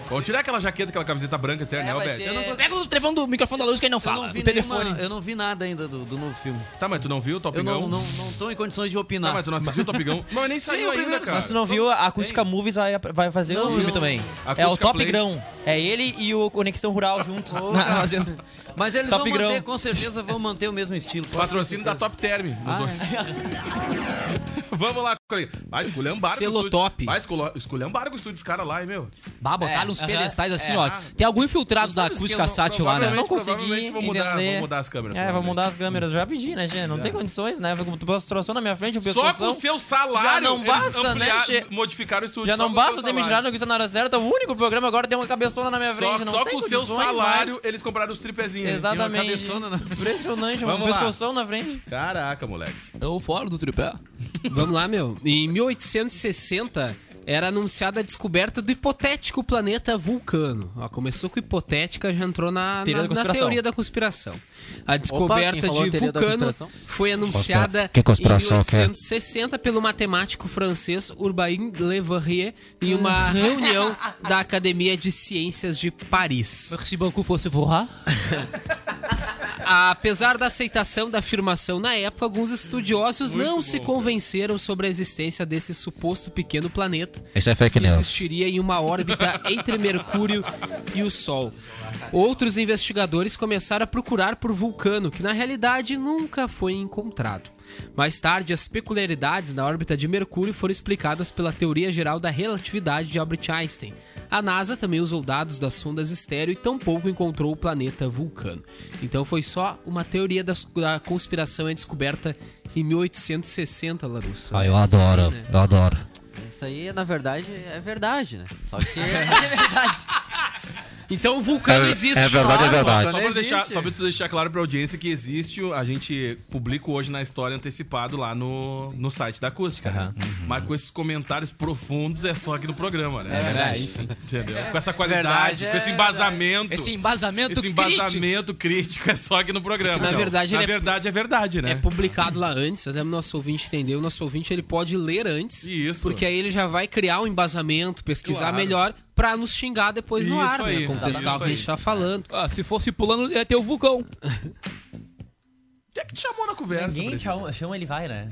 S5: Vão tirar aquela jaqueta, aquela camiseta branca,
S8: É,
S5: etc. né,
S7: vai
S5: Alberto?
S7: ser-
S5: Eu não-
S7: Pega o telefone do microfone da luz que ele não fala.
S9: vi nenhuma- eu não vi nada ainda do, do novo filme.
S5: Tá, mas tu não viu o Top
S9: Eu
S5: Gun?
S9: não, não, não tô em condições de opinar.
S5: Tá, mas tu não assistiu o Top Gun? Mas nem saiu
S9: Sim, o
S5: ainda,
S9: primeiro,
S5: cara.
S8: Se tu não viu, a Acústica Movies vai, vai fazer
S9: Não,
S8: o filme
S9: não.
S8: também.
S9: Acústica
S8: é o Top
S9: Play.
S8: Grão. É ele e o Conexão Rural junto na
S9: cara.
S8: fazenda.
S9: Mas eles
S8: Top
S9: vão
S8: Grão.
S9: manter, com certeza vão manter o mesmo estilo.
S5: Patrocínio da Top Term. no
S9: Ah,
S5: dois. Vamos lá, colega. Vai um esculhambar
S7: Selo
S5: top. Vai escula- esculhambar com o estúdio dos caras lá, hein, meu?
S7: Bah, botaram uns
S5: aham,
S7: pedestais assim,
S5: é.
S7: ó. Tem algum infiltrado da
S5: Sabe que eu
S7: acústica
S5: não-
S7: Sat lá, né?
S5: provavelmente-
S8: Não consegui
S5: provavelmente vou mudar-
S8: entender.
S5: vou mudar as câmeras, É.
S8: É, vou mudar as câmeras. Já pedi, né, Gê? Não tem condições, né? Tu trouxe na minha frente o
S5: Só
S8: pessoal.
S5: com o seu salário.
S8: Já não
S5: eles
S8: basta, né,
S5: ampliaram-
S8: Che?
S5: Modificaram o estúdio.
S8: Já
S5: só
S8: não
S5: com o seu
S8: basta ter me
S5: salário.
S8: tirado no Guizão na hora certa. O único programa agora tem uma cabeçona na minha frente.
S5: Só,
S8: não
S5: só
S8: tem
S5: com o seu
S8: condições
S5: salário,
S8: mais.
S5: eles compraram os tripezinhos.
S8: Exatamente.
S5: Tem uma cabeçona na-
S8: Impressionante,
S5: Vamos
S8: um
S5: lá.
S8: pescoção na frente.
S5: Caraca, moleque.
S7: Eu fora do tripé.
S6: Vamos lá, meu. Em 1860 era anunciada a descoberta do hipotético planeta Vulcano. Ó, começou com hipotética, já entrou na,
S8: Teoria da
S6: na- na
S8: conspiração.
S6: teoria da conspiração. A
S8: quem
S6: descoberta
S8: falou
S6: de
S8: teoria da
S6: Vulcano
S8: conspiração?
S6: foi anunciada
S13: Que conspiração que é?
S6: em 1860 pelo matemático francês Urbain Le Verrier em
S7: Uhum.
S6: uma reunião da Academia de Ciências de Paris.
S7: Merci beaucoup, fosse voar.
S6: Apesar da aceitação da afirmação na época, alguns estudiosos
S7: Muito
S6: não
S7: bom,
S6: se
S7: cara.
S6: convenceram sobre a existência desse suposto pequeno planeta
S13: Isso é fake
S6: que
S13: news.
S6: existiria em uma órbita entre Mercúrio e o Sol. Outros investigadores começaram a procurar por Vulcano, que na realidade nunca foi encontrado. Mais tarde, as peculiaridades na órbita de Mercúrio foram explicadas pela teoria geral da relatividade de Albert Einstein. A NASA também usou dados das sondas estéreo e tampouco encontrou o planeta Vulcano. Então foi só uma teoria das- da conspiração e descoberta em 1860, Larusso.
S13: Ah, eu adoro,
S6: né?
S13: eu adoro.
S6: Isso aí, na verdade, é verdade, né? Só que é verdade. Então o vulcano
S13: É-
S6: existe.
S13: é verdade, é
S6: Claro,
S13: verdade.
S6: Vulcano
S5: Só pra, deixar,
S6: existe.
S5: só pra tu deixar claro pra audiência que existe, o- a gente publica hoje na história antecipado lá no, no site da acústica. né? Mas com esses comentários profundos é só aqui no programa, né?
S7: É verdade.
S5: Enfim, Entendeu? Com essa qualidade,
S7: Verdade, é
S5: com esse embasamento.
S7: Esse embasamento
S5: Esse embasamento crítico. é só aqui no programa.
S6: Na verdade,
S5: na
S6: ele é-
S5: verdade é verdade, né?
S6: É publicado lá antes, até o nosso ouvinte entender. O nosso ouvinte ele pode ler antes,
S5: Isso.
S6: porque aí ele já vai criar um embasamento, pesquisar
S7: Claro.
S6: melhor pra nos xingar depois no
S7: Isso
S6: ar,
S7: aí,
S6: né? Contestar o
S7: exatamente.
S6: que a gente tá falando.
S7: Ah, se fosse pulando, ia ter o vulcão.
S5: Quem é que te chamou na conversa?
S8: Ninguém
S5: presidente?
S8: chama, chama ele vai, né?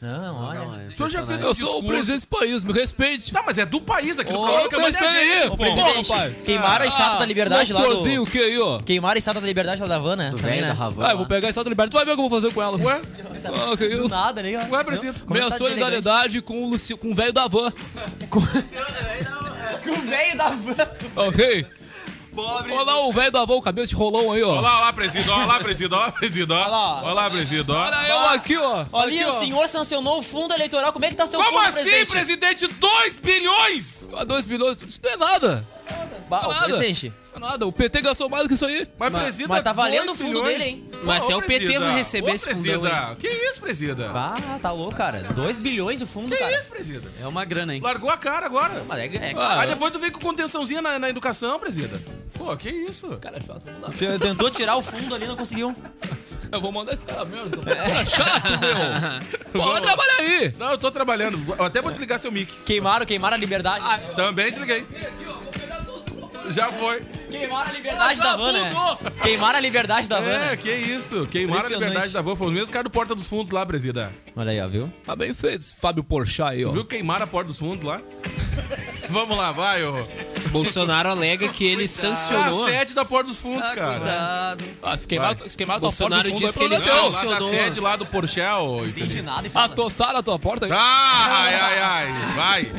S8: Não, olha.
S5: O senhor já fez
S8: Eu
S5: esse
S8: sou o
S5: discurso.
S8: presidente
S7: desse país, me respeite.
S5: Tá, mas é do país aqui no
S8: Ô,
S5: programa. que é
S8: mas
S5: da
S8: peraí,
S5: gente,
S8: ô,
S5: pô.
S8: presidente, Queimaram a estátua da liberdade lá do...
S7: motorzinho, que aí, ó?
S8: Queimaram a estátua da liberdade lá da Havana, né? Também,
S7: velho
S8: né?
S7: da Ah, eu vou pegar essa do liberto. Tu vai ver o que eu vou fazer com ela. Ué? Ah, que
S6: é
S8: Do nada, né?
S5: Ué, é, presidente.
S7: Minha
S8: Como tá
S7: solidariedade com o, Luci... com o velho da van.
S8: Que o velho da van.
S7: Ok? Pobre. Olha lá o velho da van, o cabelo de rolão aí, ó.
S5: Olha lá, olha lá, presídio, olha lá, presídio, olha lá, presídio, olha lá, olha lá, presídio, ó.
S8: Olha eu
S7: aqui, ó.
S8: Ali o senhor sancionou o fundo eleitoral. Como é que tá seu
S5: Como
S8: fundo,
S5: assim,
S8: presidente?
S5: presidente? 2 bilhões?
S7: 2 bilhões? Isso não é nada. Não
S8: Ba-
S7: é
S8: ô,
S7: nada.
S8: presidente.
S7: Não é nada. O PT gastou mais do que isso aí.
S5: Mas,
S8: Mas-
S5: presida,
S8: mas tá valendo
S5: dois
S8: o fundo
S5: bilhões?
S8: dele, hein?
S5: Pô,
S8: Mas até
S5: ô,
S8: o PT
S5: presida,
S8: vai receber
S5: ô,
S8: esse
S5: presida,
S8: fundão, hein?
S5: Que isso, presida?
S8: Ah, tá louco, cara. 2 bilhões o fundo,
S5: que
S8: cara.
S5: isso, presida?
S8: É uma grana, hein?
S5: Largou a cara agora.
S8: Mas é- é-
S5: Ah, Aí depois tu vem com contençãozinha na, na educação, presida. Pô, que isso?
S7: Cara, chato. não dá.
S8: Você Tentou tirar o fundo ali, não conseguiu.
S7: Eu vou mandar esse cara merda. Cara, chato, meu. Pô, vai trabalhar aí.
S5: Não, eu tô trabalhando. Eu até vou desligar seu mic.
S8: Queimaram, queimaram a liberdade.
S5: Também desliguei. Já foi.
S8: Queimaram a liberdade da van, né? Queimaram a liberdade da van.
S5: É,
S8: né?
S5: que isso. Queimaram a
S8: Impressionante.
S5: liberdade da van. Foi os mesmos caras do Porta dos Fundos lá, presida.
S8: Olha aí, ó, viu?
S7: Tá bem feito esse Fábio Porchat aí, ó.
S5: Viu queimar a porta dos fundos lá? Vamos lá, vai, ô.
S6: Bolsonaro alega que ele sancionou.
S5: A Tá sede da porta dos fundos, cara.
S7: Ah, se queimaram, se queimaram tua porta
S6: Bolsonaro
S7: do fundo,
S6: disse
S7: é
S6: que ele
S7: problema teu.
S5: Não, lá na Tá sede lá do Porchat, ô. infeliz.
S8: nada e
S7: Ah, tossaram a tua porta aí.
S5: Ah, ai, ai, ai. Vai.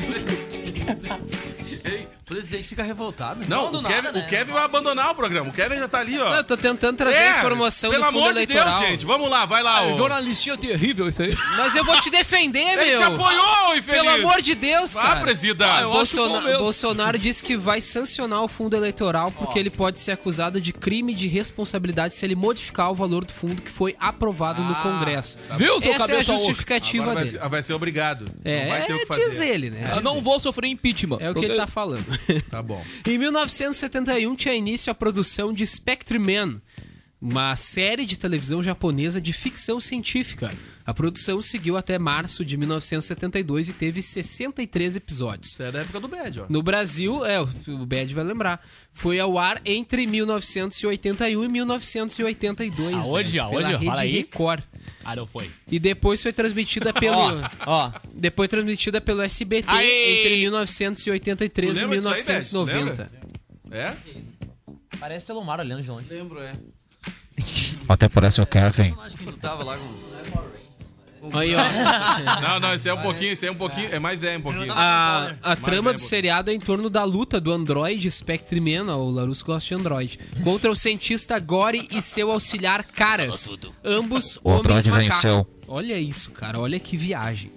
S9: presidente fica revoltado.
S5: Não,
S9: do
S5: o,
S9: nada,
S5: Kevin,
S9: né?
S5: o Kevin vai abandonar o programa. O Kevin já tá ali, ó. É,
S6: Não, eu tô tentando trazer informação
S5: pelo
S6: do fundo
S5: amor de
S6: eleitoral.
S5: Deus, gente. Vamos lá, vai lá.
S6: Ah,
S5: ô.
S7: jornalistinha terrível isso aí.
S6: Mas eu vou te defender, meu.
S5: Ele te apoiou, infeliz.
S6: Pelo amor de Deus,
S5: Vá,
S6: cara.
S5: presida. Ah, eu acho
S6: Bolsona-
S5: bom mesmo.
S6: Bolsonaro disse que vai sancionar o fundo eleitoral porque ele pode ser acusado de crime de responsabilidade se ele modificar o valor do fundo que foi aprovado no Congresso.
S5: Tá bom.
S6: Essa é a justificativa
S5: Agora vai
S6: dele.
S5: ser- vai ser obrigado.
S6: É,
S5: não vai ter o que fazer.
S6: diz ele, né?
S5: Ah,
S6: Diz
S5: não
S6: ele.
S5: vou sofrer impeachment.
S6: É o que ele tá falando.
S5: Tá bom.
S6: Em 1971 tinha início a produção de Spectreman, uma série de televisão japonesa de ficção científica. A produção seguiu até março de 1972 e teve 63 episódios.
S5: É da época do Bad, ó.
S6: No Brasil, é, o Bad vai lembrar, foi ao ar entre 1981 e 1982.
S10: Aonde,
S6: Bad,
S10: aonde?
S6: pela Rede
S10: Fala aí.
S6: Record.
S10: Ah, não foi.
S6: E depois foi transmitida pelo. Depois transmitida pelo SBT
S10: Aí!
S6: entre 1983 e
S5: Tu lembra disso aí, Beth?
S6: 1990.
S5: É?
S9: Parece o Selomar olhando de longe. Lembro, é.
S13: Até parece o Kevin.
S9: Acho que lutava lá com...
S6: Aí, ó.
S5: Não, não, esse é um pouquinho, esse é um pouquinho. É mais velho um pouquinho.
S6: A, a
S5: Mais
S6: trama
S5: velho um
S6: do seriado é em torno da luta do androide Spectre Man, ó, o Larus gosta de androide, contra o cientista Gore e seu auxiliar Caras. Ambos
S13: O
S6: homens
S13: androide
S6: macacos.
S13: venceu.
S6: Olha isso, cara, olha que viagem.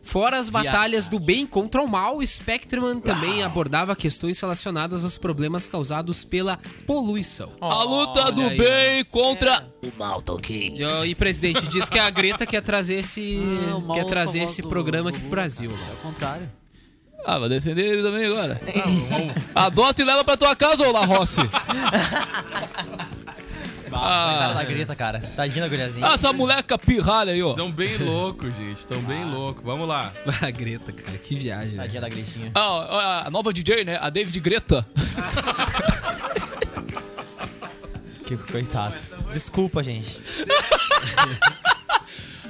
S6: Fora as batalhas do bem contra o mal, Spectreman também abordava questões relacionadas aos problemas causados pela poluição.
S7: A luta do
S6: Olha aí.
S7: bem contra.
S2: É. O mal, tá Tolkien.
S6: E, ó, E presidente diz que a Greta quer trazer esse quer trazer esse programa aqui pro Brasil. É o
S9: contrário.
S7: Ah, vai defender ele também agora. Adota e leva pra tua casa, ô La Rossi.
S9: Ah, coitada da Greta, cara. Tadinha da guriazinha.
S7: Ah, essa moleca pirralha aí, ó.
S5: Tão bem louco, gente. Tão bem louco. Vamos lá.
S6: A Greta, cara, que viagem.
S9: Tadinha da Gretinha.
S7: Ah, ó, a- a nova DJ, né? A David Greta.
S9: Que coitado. Desculpa, gente.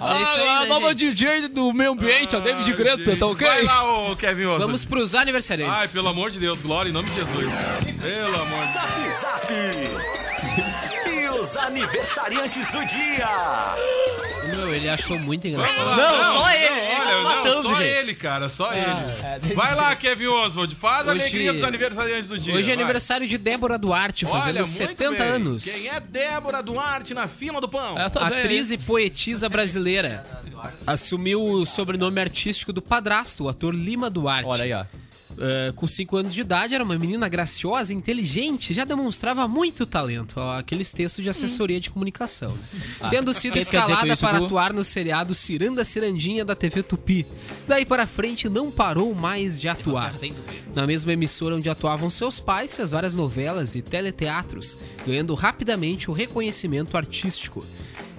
S7: Ah,
S6: É isso aí,
S7: a
S6: né,
S7: nova
S6: gente?
S7: DJ do meio ambiente,
S6: é
S7: a David Greta, tá ok?
S5: Ah, Vai lá, ô Kevin Oswald.
S6: Vamos pros aniversariantes.
S5: Ai, pelo amor de Deus, glória em nome de Jesus. Pelo amor de
S12: Zap Zap! E os aniversariantes do dia!
S6: Meu, ele achou muito engraçado.
S5: Deus. olha, não, Só ele, cara, só ele. Vai lá, Kevin Oswald, faz a
S6: Hoje-
S5: alegria dos aniversariantes do dia.
S6: Hoje é
S5: vai.
S6: aniversário de Débora Duarte, fazendo
S5: Olha, muito
S6: 70
S5: bem.
S6: anos. É.
S5: Quem é Débora Duarte na fila do pão?
S6: Atriz e poetisa brasileira. Assumiu o sobrenome artístico do padrasto, o ator Lima Duarte. Olha aí, ó. com 5 anos de idade, era uma menina graciosa, inteligente, já demonstrava muito talento. Ó, aqueles textos de assessoria de comunicação. né?
S10: Ah,
S6: Tendo sido
S10: o que quer dizer com
S6: escalada
S10: isso,
S6: para
S10: Gu?
S6: atuar no seriado Ciranda Cirandinha da TV Tupi. Daí para frente, não parou mais de atuar. Na mesma emissora onde atuavam seus pais, fez várias novelas e teleteatros, ganhando rapidamente o reconhecimento artístico.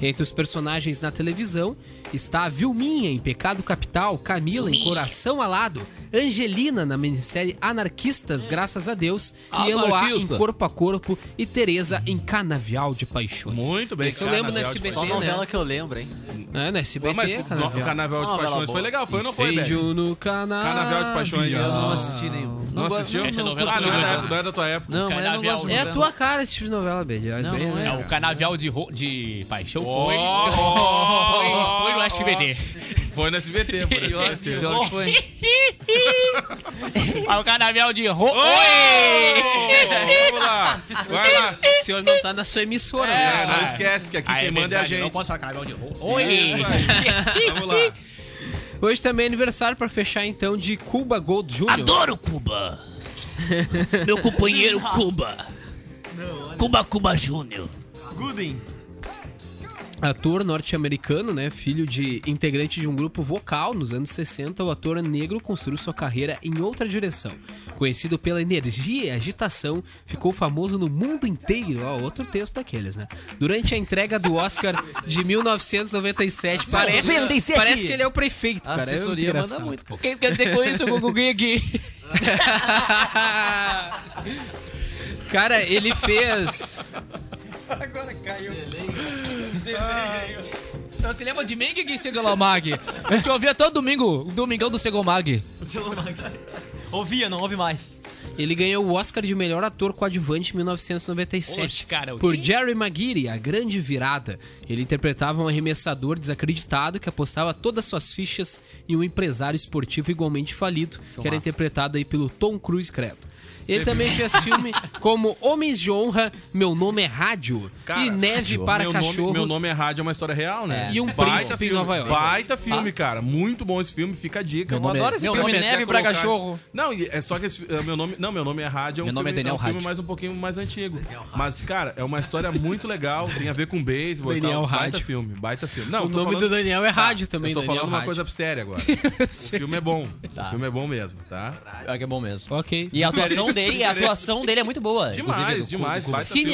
S6: Entre os personagens na televisão está a Vilminha em Pecado Capital, Camila em Coração Alado, Angelina na minissérie Anarquistas, graças a Deus, e Eloá em
S7: Anarquista.
S6: Corpo a Corpo e Teresa em Canavial de Paixões. Muito
S5: bem,
S6: Isso eu lembro no
S5: Canavial de
S6: SBT,
S5: Paixões.
S6: né?
S5: Só novela
S14: que eu lembro, hein?
S6: É,
S10: né,
S6: no SBT,
S5: Mas tu- no- Canavial de Só novela Paixões boa. foi legal, foi ou não foi,
S6: Incêndio
S5: Beth?
S6: no canal.
S5: Canavial de Paixões.
S6: Eu não
S9: assisti nenhum.
S5: Não,
S9: Não
S5: assistiu?
S9: gosto- Essa novela
S5: ah, não
S9: foi
S5: é, da
S9: legal.
S5: época, não é da tua época.
S9: Não, mas eu não gosto
S6: É a tua cara esse tipo de novela, Bede. Não,
S14: É, o canavial de, ro- de paixão foi.
S5: Oh, oh,
S14: foi no SBT.
S5: Foi no SBT, foi no SBT.
S14: Pior que
S5: foi.
S14: Aí o canavial de ro...
S5: Oi! Vamos lá. Vai lá.
S6: O senhor não tá na sua emissora,
S5: É,
S6: né?
S5: não esquece que aqui
S14: Ah, é
S5: quem manda é a
S14: verdade,
S5: gente.
S14: Não posso falar canavial de ro...
S5: Isso aí. Vamos lá.
S6: Hoje também é aniversário pra fechar então de Cuba Gold Jr.
S2: Adoro Cuba. Meu companheiro Cuba. Cuba Cuba Júnior.
S9: Gooden.
S6: Ator norte-americano, né? Filho de integrante de um grupo vocal nos anos 60, o ator negro construiu sua carreira em outra direção. Conhecido pela energia e agitação, ficou famoso no mundo inteiro. Ó, outro texto daqueles, né? Durante a entrega do Oscar de 1997, parece,
S8: 97.
S6: parece que ele é o prefeito,
S8: A
S6: cara. É
S8: assessoria
S6: muito
S8: manda
S6: engraçado.
S8: muito, pô.
S7: O que quer dizer com isso, Guguinho aqui?
S6: Cara, ele fez.
S7: Agora caiu.
S14: Não se lembra de mim, que
S7: Segolomag. A gente ouvia todo domingo, o domingão do Segomag.
S9: Ouvia, não ouve mais.
S6: Ele ganhou o Oscar de melhor ator coadjuvante em 1997
S14: Oxe, cara, o
S6: por
S14: quê?
S6: Jerry Maguire, A Grande Virada. Ele interpretava um arremessador desacreditado que apostava todas suas fichas em um empresário esportivo igualmente falido, que era
S14: Filmaço.
S6: interpretado aí pelo Tom Cruise Credo. Ele também fez filme como Homens de Honra, Meu Nome é Rádio e Neve para
S5: meu
S6: Cachorro.
S5: Nome, meu nome é Rádio, é uma história real, né?
S6: É. E um príncipe em
S5: filme,
S6: Nova York.
S5: Baita filme,
S6: Ah.
S5: cara. Muito bom esse filme, fica a dica.
S6: Meu nome é- meu nome é
S5: até
S6: Neve pra
S5: colocar-
S6: Cachorro.
S5: Não, e é só que esse, é, meu nome, não, meu nome é Rádio. É um
S7: Meu nome é
S5: filme,
S7: Daniel
S5: um filme
S7: Rádio.
S5: mais um pouquinho mais antigo. Mas cara, é uma história muito legal, tem a ver com beisebol e
S6: Daniel
S5: tal. Baita
S6: Rádio.
S5: filme, baita filme. Não,
S6: O
S5: eu tô
S6: nome
S5: falando-
S6: do Daniel é Rádio
S8: Ah.
S5: Tá,
S6: também,
S5: Eu tô
S6: Daniel
S5: falando uma
S6: Rádio.
S5: coisa séria agora. O filme é bom. O filme é bom mesmo, tá?
S8: É bom mesmo.
S6: Ok.
S8: E a atuação dele, a atuação dele é muito boa.
S5: Demais,
S8: inclusive, do-
S5: demais,
S8: do- do-
S5: baita filme.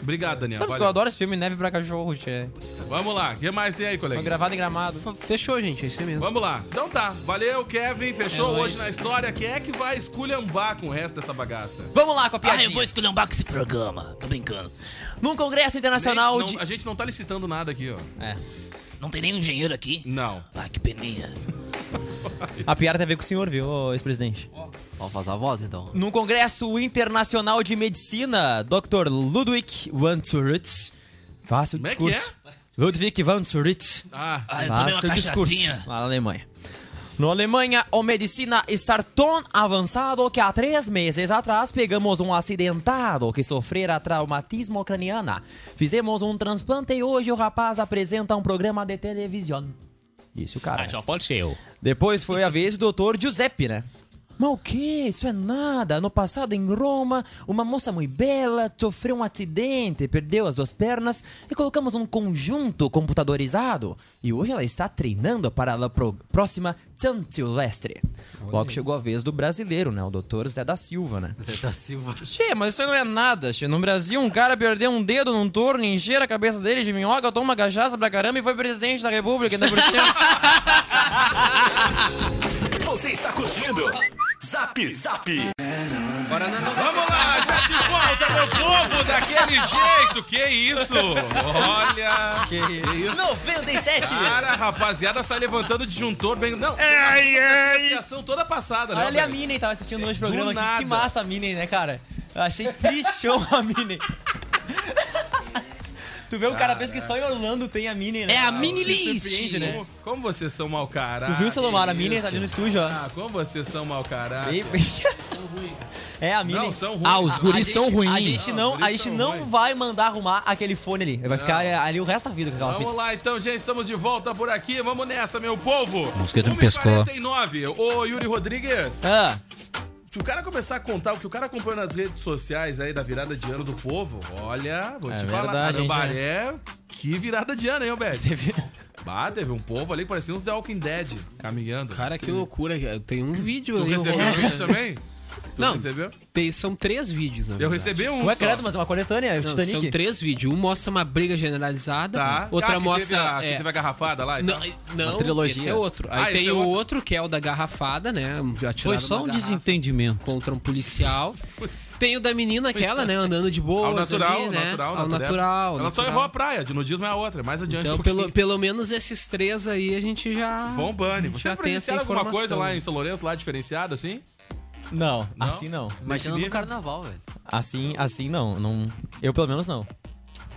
S5: Obrigado, Daniel.
S8: Sabe que eu
S6: é
S5: valeu.
S8: adoro esse filme Neve pra Cachorro, Tchê?
S5: Vamos lá, o que mais tem aí, colega?
S8: Foi é. gravado em gramado.
S6: Fechou, gente, é isso aí mesmo.
S5: Vamos lá. Então tá, valeu, Kevin. Fechou
S8: É nóis.
S5: hoje na história. Quem é que vai esculhambar com o resto dessa bagaça?
S8: Vamos lá com a
S5: Ah,
S8: piadinha.
S5: eu vou
S8: esculhambar com esse programa. Tô brincando. Num congresso internacional
S5: Nem- não-
S8: de...
S5: A gente não tá licitando nada aqui, ó.
S8: É.
S2: Não tem nenhum engenheiro aqui?
S5: Não.
S2: Ah, que peninha.
S8: A piada tem a ver com o senhor, viu, ô, ex-presidente?
S9: Vamos fazer a voz, então.
S8: Num congresso internacional de medicina, Dr. Ludwig van Zurich... Faça o
S9: Como é que
S8: discurso. Ludwig van Zurich.
S5: Ah,
S8: Faça o discurso. Lá na Alemanha. Na Alemanha, a medicina está tão avançado que há três meses atrás pegamos um acidentado que sofrera traumatismo craniana. Fizemos um transplante e hoje o rapaz apresenta um programa de televisão. Isso, cara.
S14: Ah, só pode ser eu.
S8: Depois foi a vez do Dr. Giuseppe, né? Mas o que? Isso é nada. No passado, em Roma, uma moça muito bela sofreu um acidente, perdeu as duas pernas e colocamos um conjunto computadorizado. E hoje ela está treinando para a pro- próxima Tantilestre. Logo chegou a vez do brasileiro, né? O Dr. Zé da Silva, né?
S9: Zé da Silva.
S8: Che, mas isso aí não é nada, che. No Brasil, um cara perdeu um dedo num torno, encher a cabeça dele de minhoca, toma cachaça pra caramba e foi presidente da república, ainda por cima.
S12: Você está curtindo? Zap Zap.
S5: Vamos lá, já te volta, meu povo, daquele jeito. Que isso? Olha. Que isso?
S8: 97!
S9: Ah,
S5: Cara, a rapaziada sai levantando o disjuntor bem. Não.
S8: Ai, ai.
S5: A ação toda passada, né?
S8: Olha ali a
S5: velho?
S8: Minnie, tava assistindo hoje o
S5: Do
S8: programa.
S5: nada.
S8: Que, que massa a Minnie, né, cara? Eu achei tristão a Minnie. tu vê o cara pensa que só em Orlando tem a Minnie, né? cara? Se surpreende, né?
S5: Como, como vocês são mau caralho.
S8: Tu viu, Salomar? A
S5: Que
S8: Minnie tá
S5: isso?
S8: ali no estúdio, ó.
S5: Ah, como vocês são mau caralho.
S8: Bem- É, a Minnie.
S5: Não, são ruins. Ah, os
S8: A-
S5: guris
S8: a gente-
S5: são ruins.
S8: A gente
S5: Não, os
S8: não,
S5: guris
S8: a gente
S5: são
S8: não
S5: ruins.
S8: vai mandar arrumar aquele fone ali. Ele
S5: Não.
S8: vai ficar ali o resto da vida com aquela
S5: Vamos
S8: fita.
S5: lá então, gente, estamos de volta por aqui. Vamos nessa, meu povo.
S8: mosquito me
S5: 1h49.
S8: pescou.
S5: 49. Ô, Yuri Rodrigues.
S8: Ah.
S5: Se o cara começar a contar o que o cara acompanha nas redes sociais aí da virada de ano do povo, olha, vou
S8: É
S5: te falar,
S8: verdade,
S5: caramba,
S8: hein, Jean?
S5: é que virada de ano, hein, Alberto? Teve... Bah, teve um povo ali que parecia uns The Walking Dead caminhando.
S6: Cara, que loucura. cara. Tem um vídeo
S5: Tu
S6: aí.
S5: recebeu
S6: horroroso.
S5: isso também? Tu
S6: Não,
S5: recebeu?
S6: tem- são três vídeos, na
S5: Eu
S6: verdade.
S5: recebi um
S8: Ué,
S5: só.
S8: credo, mas é uma coletânea, é o
S6: Não,
S8: Titanic.
S6: São três vídeos. Um mostra uma briga generalizada,
S5: Tá.
S6: outra
S5: Ah, que
S6: mostra.
S5: Teve a, que
S6: é,
S5: teve a garrafada lá? e
S6: Não,
S5: tal?
S6: não esse é outro. Aí
S5: Ah, esse
S6: tem
S5: é
S6: o
S5: outro.
S6: outro. que é o da garrafada, né? Um- atirado
S9: Foi só
S6: numa
S9: um
S6: garrafa
S9: desentendimento.
S6: Contra um policial. tem o da menina aquela, né? Andando de boa.
S5: tá. Ao natural,
S6: ali,
S5: ao
S6: né?
S5: natural,
S6: Ao natural.
S5: Ela
S6: ao
S5: só
S6: natural.
S5: errou a praia, de nudismo é a outra, é mais adiante. um
S6: Então,
S5: pouquinho.
S6: pelo, pelo menos esses três aí a gente já.
S5: Bom Bunny. assim,
S6: a gente
S5: Vocês
S6: já tem essa
S5: presenciaram alguma coisa
S6: informação.
S5: lá em São Lourenço, lá diferenciado, assim?
S8: Não, assim não.
S5: Nesse
S9: Imagina no
S5: nível?
S9: carnaval, velho.
S8: Assim, assim não, não. Eu pelo menos não.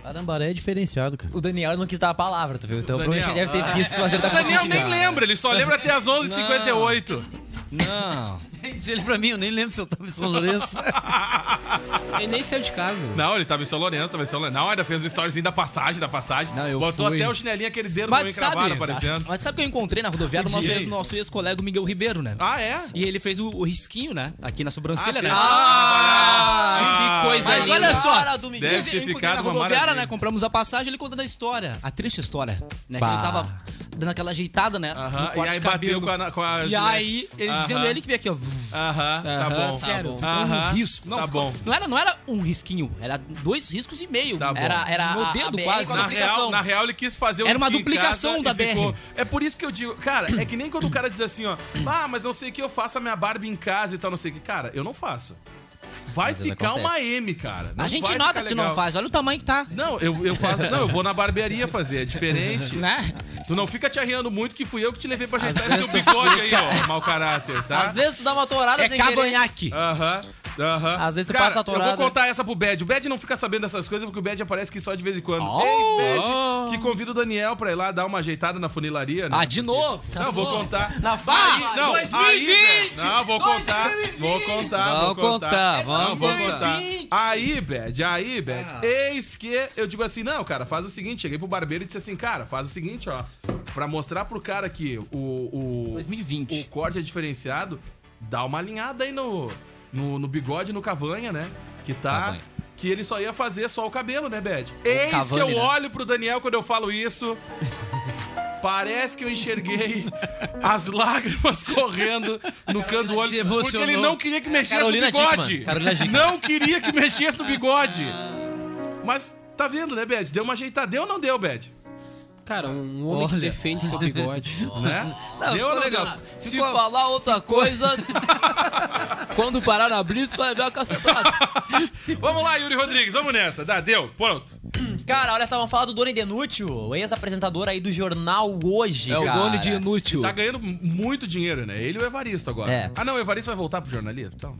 S8: Arambaré é diferenciado, cara. O Daniel não quis dar a palavra, tu viu? Então
S5: Daniel. ah, é.
S8: provavelmente deve ter visto tá fazer
S5: O
S8: da
S5: Daniel
S8: contigo.
S5: nem lembra, ele só lembra até as 11h58.
S9: Não. Diz ele pra mim, eu nem lembro se eu tava em São Lourenço.
S6: Ele nem saiu de casa.
S5: Não, ele tava em São Lourenço, tava em São Lourenço. Não, ainda fez o storyzinho da passagem, da passagem. Não, eu Botou
S7: fui.
S5: até o chinelinho aquele dedo meio
S14: Mas
S5: encravado
S14: sabe, né?
S5: aparecendo.
S14: mas sabe que eu encontrei na rodoviária do nosso,
S5: Entendi.
S14: ex, nosso ex-colega o Miguel Ribeiro, né?
S5: Ah, é?
S14: E ele fez o, o risquinho, né? Aqui na sobrancelha,
S5: Ah,
S14: né?
S5: fez. Ah,
S14: Ah,
S5: que coisa
S14: Mas
S5: linda.
S14: olha
S5: Cara
S14: só,
S5: do Miguel.
S14: diz,
S5: Deve ter
S14: eu encontrei
S5: ficado
S14: na
S5: uma
S14: rodoviária,
S5: maravilha.
S14: né? Compramos a passagem, ele contando a história. A triste história, né?
S5: Bah.
S14: Que ele tava dando aquela ajeitada, né?
S5: Aham, e aí bateu com a, com a
S14: E
S5: gilete.
S14: aí, ele dizendo
S5: Aham.
S14: ele que veio aqui, ó.
S5: Aham, tá
S14: Aham,
S5: bom.
S14: Sério,
S5: tá bom.
S14: ficou
S5: Aham,
S14: um risco. Não,
S5: tá
S14: ficou-
S5: bom.
S14: Não era, não era um risquinho, era dois riscos e meio.
S5: Tá bom.
S14: Era, era
S5: No
S14: a-
S5: dedo
S14: a BR
S5: quase.
S14: com a
S5: Na
S14: duplicação.
S5: real, na real, ele quis fazer um
S14: Era uma
S5: esqui em
S14: duplicação
S5: casa
S14: da
S5: e ficou-
S14: BR.
S5: É por isso que eu digo, cara, é que nem quando o cara diz assim, ó, ah, mas não sei o que eu faço a minha Barbie em casa e tal, não sei o que. Cara, eu não faço. Vai
S14: Às vezes
S5: ficar
S14: acontece.
S5: uma M, cara. Não
S14: a gente
S5: vai
S14: nota
S5: ficar
S14: que tu não
S5: legal.
S14: faz, olha o tamanho que tá.
S5: Não, eu, eu faço. Não, eu vou na barbearia fazer, é diferente.
S14: Né?
S5: Tu não fica te arriando muito que fui eu que te levei pra ajeitar esse teu bigode aí, ó. Mau caráter, tá?
S8: Às vezes tu dá uma tourada
S5: É
S8: sem
S14: cavanhaque.
S5: Aham. Aham.
S8: Às vezes tu
S5: Cara,
S8: passa a
S5: Eu
S8: tourada.
S5: vou contar essa pro Bad. O Bad não fica sabendo dessas coisas porque o Bad aparece aqui só de vez em quando.
S8: Oh.
S5: Ex-Bad, que convida o Daniel pra ir lá dar uma ajeitada na funilaria. né?
S14: Ah, de novo?
S5: Não, vou contar.
S14: Na
S5: Aí- não, aí,
S14: 2020!
S5: Zé, não, vou contar. Vou contar, vou
S14: Vamos
S5: contar.
S14: contar, vamos
S5: Não, vou contar.
S14: 2020.
S5: Aí, Bad, aí, Bad. Eis que eu digo assim: não, cara, faz o seguinte. Cheguei pro barbeiro e disse assim, cara, faz o seguinte, ó. Pra mostrar pro cara que o. o 2020. O corte é diferenciado, dá uma alinhada aí no, no, no bigode e no cavanha, né? Que tá. Que ele só ia fazer só o cabelo, né, Bad? Eis que eu
S7: Cavani, né?
S5: olho pro Daniel quando eu falo isso. Parece que eu enxerguei as lágrimas correndo no canto do olho. Porque
S8: emocionou.
S5: ele não queria que mexesse
S8: Carolina
S5: no bigode.
S8: Dickmann. Carolina Dickmann.
S5: não queria que mexesse no bigode. Mas tá vendo, né, Bad? Deu uma ajeitada. Deu ou não deu, Bad?
S6: Cara, um homem que defende seu bigode.
S5: Né?
S6: Não,
S5: deu ou
S6: ficou
S5: não
S6: legal.
S5: deu?
S6: Ficou-
S7: Se falar outra coisa, quando parar na blitz, vai ver a cacetada.
S5: Vamos lá, Yuri Rodrigues, vamos nessa. Dá, deu, pronto.
S8: Cara, olha só, vamos falar do Doni Denútil, o ex-apresentador aí do jornal
S5: É
S8: Hoje, cara.
S5: Tá ganhando muito dinheiro, né? Ele e o Evaristo agora.
S8: É.
S5: Ah, não, o Evaristo vai voltar pro jornalismo. Então,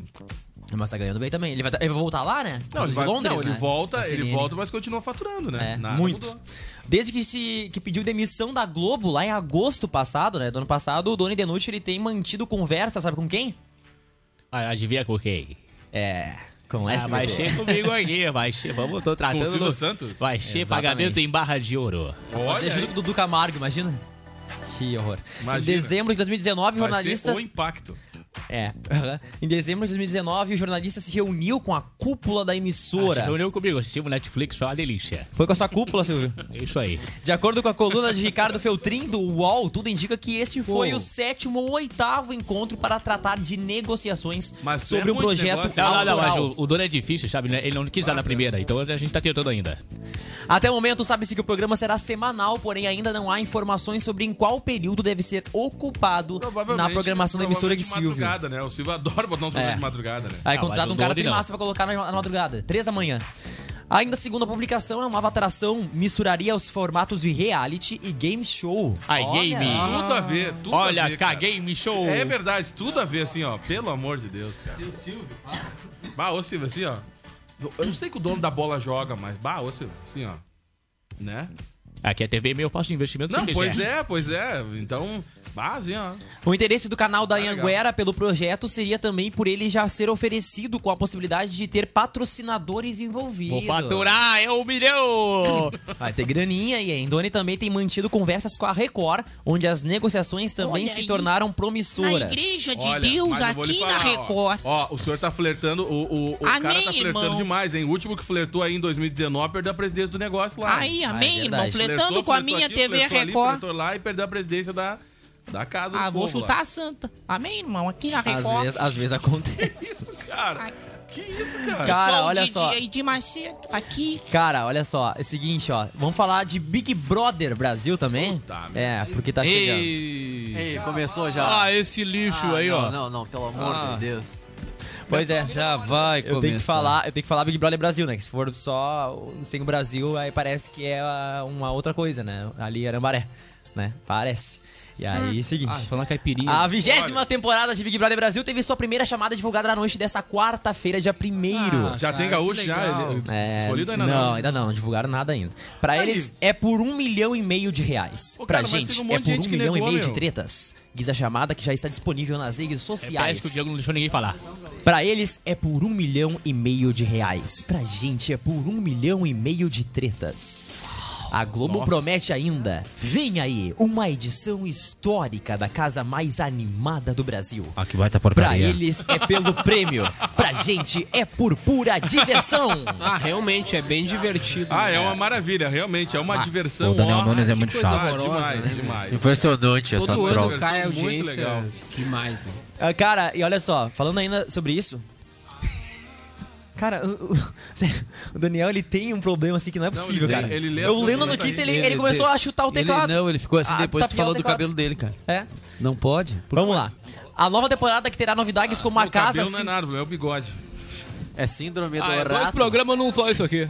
S8: Mas tá ganhando bem também. Ele vai, ele vai voltar lá, né?
S5: Não, ele
S8: De
S5: vai-
S8: Londres,
S5: não, ele
S8: né?
S5: volta,
S8: Na
S5: ele
S8: CNN.
S5: volta, mas continua faturando, né?
S8: É,
S5: Nada
S8: muito.
S5: mudou.
S8: Desde que se que pediu demissão da Globo lá em agosto passado, né? Do ano passado, o Doni Denucci ele tem mantido conversa, sabe com quem?
S15: Ah, adivinha com quem?
S8: É, com
S15: Ah,
S8: essa.
S15: vai ser comigo aqui, vai ser. Vamos, tô tratando.
S8: Com o Silvio
S15: do-
S8: Santos?
S15: Vai ser
S8: Exatamente.
S15: pagamento em barra de ouro.
S8: Fazer junto Tá com o Dudu Camargo, imagina? Que horror. Em
S15: Imagina.
S8: dezembro de 2019,
S15: Vai
S8: jornalistas.
S15: ser o
S5: impacto.
S8: É. aham. Em dezembro de 2019, o jornalista se reuniu com a cúpula da emissora.
S15: Ah, Se reuniu comigo, assistiu o Netflix, só uma delícia. É
S8: Foi com a sua cúpula, Silvio?
S15: Isso aí.
S8: De acordo com a coluna de Ricardo Feltrin do UOL, tudo indica que este foi
S15: Pô.
S8: o sétimo ou oitavo encontro para tratar de negociações sobre
S15: É
S8: um
S15: muito
S8: projeto
S15: negócio. Não, não, não, mas
S8: autoral.
S15: o, o dono é difícil, sabe? né? Ele não quis dar na primeira, então a gente tá tentando ainda.
S8: Até o momento, sabe-se que o programa será semanal, porém ainda não há informações sobre em qual período deve ser ocupado na programação da emissora de
S5: provavelmente
S8: Silvio.
S5: madrugada, né? O Silvio adora botar um programa
S8: É.
S5: de madrugada, né?
S8: Aí contrata um cara de massa pra colocar na na madrugada. Três da manhã. Ainda segundo a publicação, é uma nova atração misturaria os formatos de reality e game show.
S15: Ai,
S8: Olha.
S15: game.
S5: Tudo a ver, tudo
S15: Olha,
S5: a ver, cara.
S15: caguei, show.
S5: É verdade, tudo a ver, assim, ó. Pelo amor de Deus, cara.
S15: o Silvio.
S5: Bah, ô Silvio, assim, ó. Eu não sei que o dono da bola joga, mas bah, ô Silvio, assim, ó. Né?
S15: Aqui é TV meio fácil de investimento
S5: Não,
S15: que
S5: pois
S15: quiser.
S5: é, pois é. Então, bah, assim, ó.
S8: O interesse do canal da Anhanguera
S5: legal.
S8: pelo projeto seria também por ele já ser oferecido com a possibilidade de ter patrocinadores envolvidos.
S15: Vou faturar, é um milhão!
S8: Vai ter graninha aí, hein? Doni também tem mantido conversas com a Record, onde as negociações também
S15: Olha
S8: se
S15: aí.
S8: tornaram promissoras.
S15: A igreja
S5: Olha, mas eu vou lhe falar, ó. Ó, o senhor tá flertando, o, o, o
S15: Amém,
S5: cara tá flertando
S15: irmão.
S5: demais, hein? O último que flertou aí em 2019 perdeu a presidência do negócio lá.
S15: Aí,
S5: hein?
S15: amém, Ah, é verdade. irmão. Flertando
S5: Flertou,
S15: com a
S5: flertou
S15: minha
S5: aqui,
S15: TV
S5: flertou ali,
S15: Record.
S5: flertou lá e perdeu a presidência da, da casa
S15: Ah,
S5: do
S15: vou
S5: povo lá.
S15: chutar a santa. Amém, irmão? Aqui na
S8: Às
S15: Record.
S8: vezes, às vezes acontece.
S5: Cara, que isso, cara?
S8: Cara,
S15: Sou o
S8: olha
S15: Didi
S8: só.
S15: aí de Macedo, aqui.
S8: Cara, olha só, é o seguinte, ó. Vamos falar de Big Brother Brasil também? é, porque tá chegando.
S16: Ei, começou já.
S15: Ah, esse lixo
S16: Ah,
S15: aí,
S16: não,
S15: ó.
S16: Não, não, pelo amor
S15: Ah.
S16: de Deus.
S8: Pois é.
S16: Já vai
S8: eu tenho que falar, eu tenho que falar Big Brother Brasil, né? Que se for só o- sem o Brasil, aí parece que é ah, uma outra coisa, né? Ali Arambaré, né? Parece. E aí, é o seguinte.
S15: Ah, falando caipirinha.
S8: A vigésima temporada de Big Brother Brasil teve sua primeira chamada divulgada na noite dessa quarta-feira, dia 1
S5: Ah, já cara, tem gaúcho, que já? legal. Ele-
S8: É,
S5: escolhido ainda
S8: não,
S5: não.
S8: ainda não, divulgaram nada ainda. Pra eles, é por um milhão e meio de reais.
S15: Ô,
S8: pra
S15: cara, mas
S8: gente,
S15: teve um
S8: é
S15: monte de
S8: por
S15: gente
S8: um
S15: que
S8: milhão
S15: negou,
S8: e meio de
S15: meu.
S8: tretas. Diz a chamada que já está disponível nas redes sociais.
S15: Repete que o Diego não deixou ninguém falar.
S8: Pra eles é por um milhão e meio de reais. Pra gente é por um milhão e meio de tretas. A Globo
S15: Nossa.
S8: promete ainda. Vem aí, uma edição histórica da casa mais animada do Brasil.
S13: Ah, que baita
S8: Pra
S13: porcaria.
S8: eles é pelo prêmio. Pra gente é por pura diversão.
S6: Ah, realmente, é bem divertido.
S5: Ah, é uma maravilha, realmente. É uma
S13: Ah,
S5: diversão.
S13: o Daniel Nunes é
S5: que
S13: muito
S5: coisa
S13: chato.
S5: Demais,
S13: Horrorosa, né,
S5: demais.
S13: Impressionante essa
S6: Todo ano
S13: droga.
S6: cai a
S5: Muito
S6: audiência
S5: legal.
S6: demais, né?
S8: Ah, cara, e olha só, falando ainda sobre isso. Cara, o, o- sério, o Daniel ele tem um problema assim que não é possível,
S16: tem.
S8: cara.
S16: Ele lê
S8: Eu
S16: as
S8: lendo a
S16: notícias
S8: notícia,
S16: aí.
S8: ele, ele
S16: Ele
S8: começou
S16: lê.
S8: a chutar o
S16: Ele-
S8: teclado.
S16: não, ele ficou assim
S8: Ah,
S16: depois que
S8: tapear
S16: falou
S8: o
S16: do
S8: teclado.
S16: cabelo dele, cara.
S8: É.
S16: Não pode? Ah,
S8: Vamos lá. A nova temporada que terá novidades como a
S5: O
S8: casa. assim,
S5: cabelo não é
S8: sin-
S5: nada, é o bigode.
S16: É síndrome do
S8: Ah, é dois
S16: rato.
S15: Programa não só isso aqui.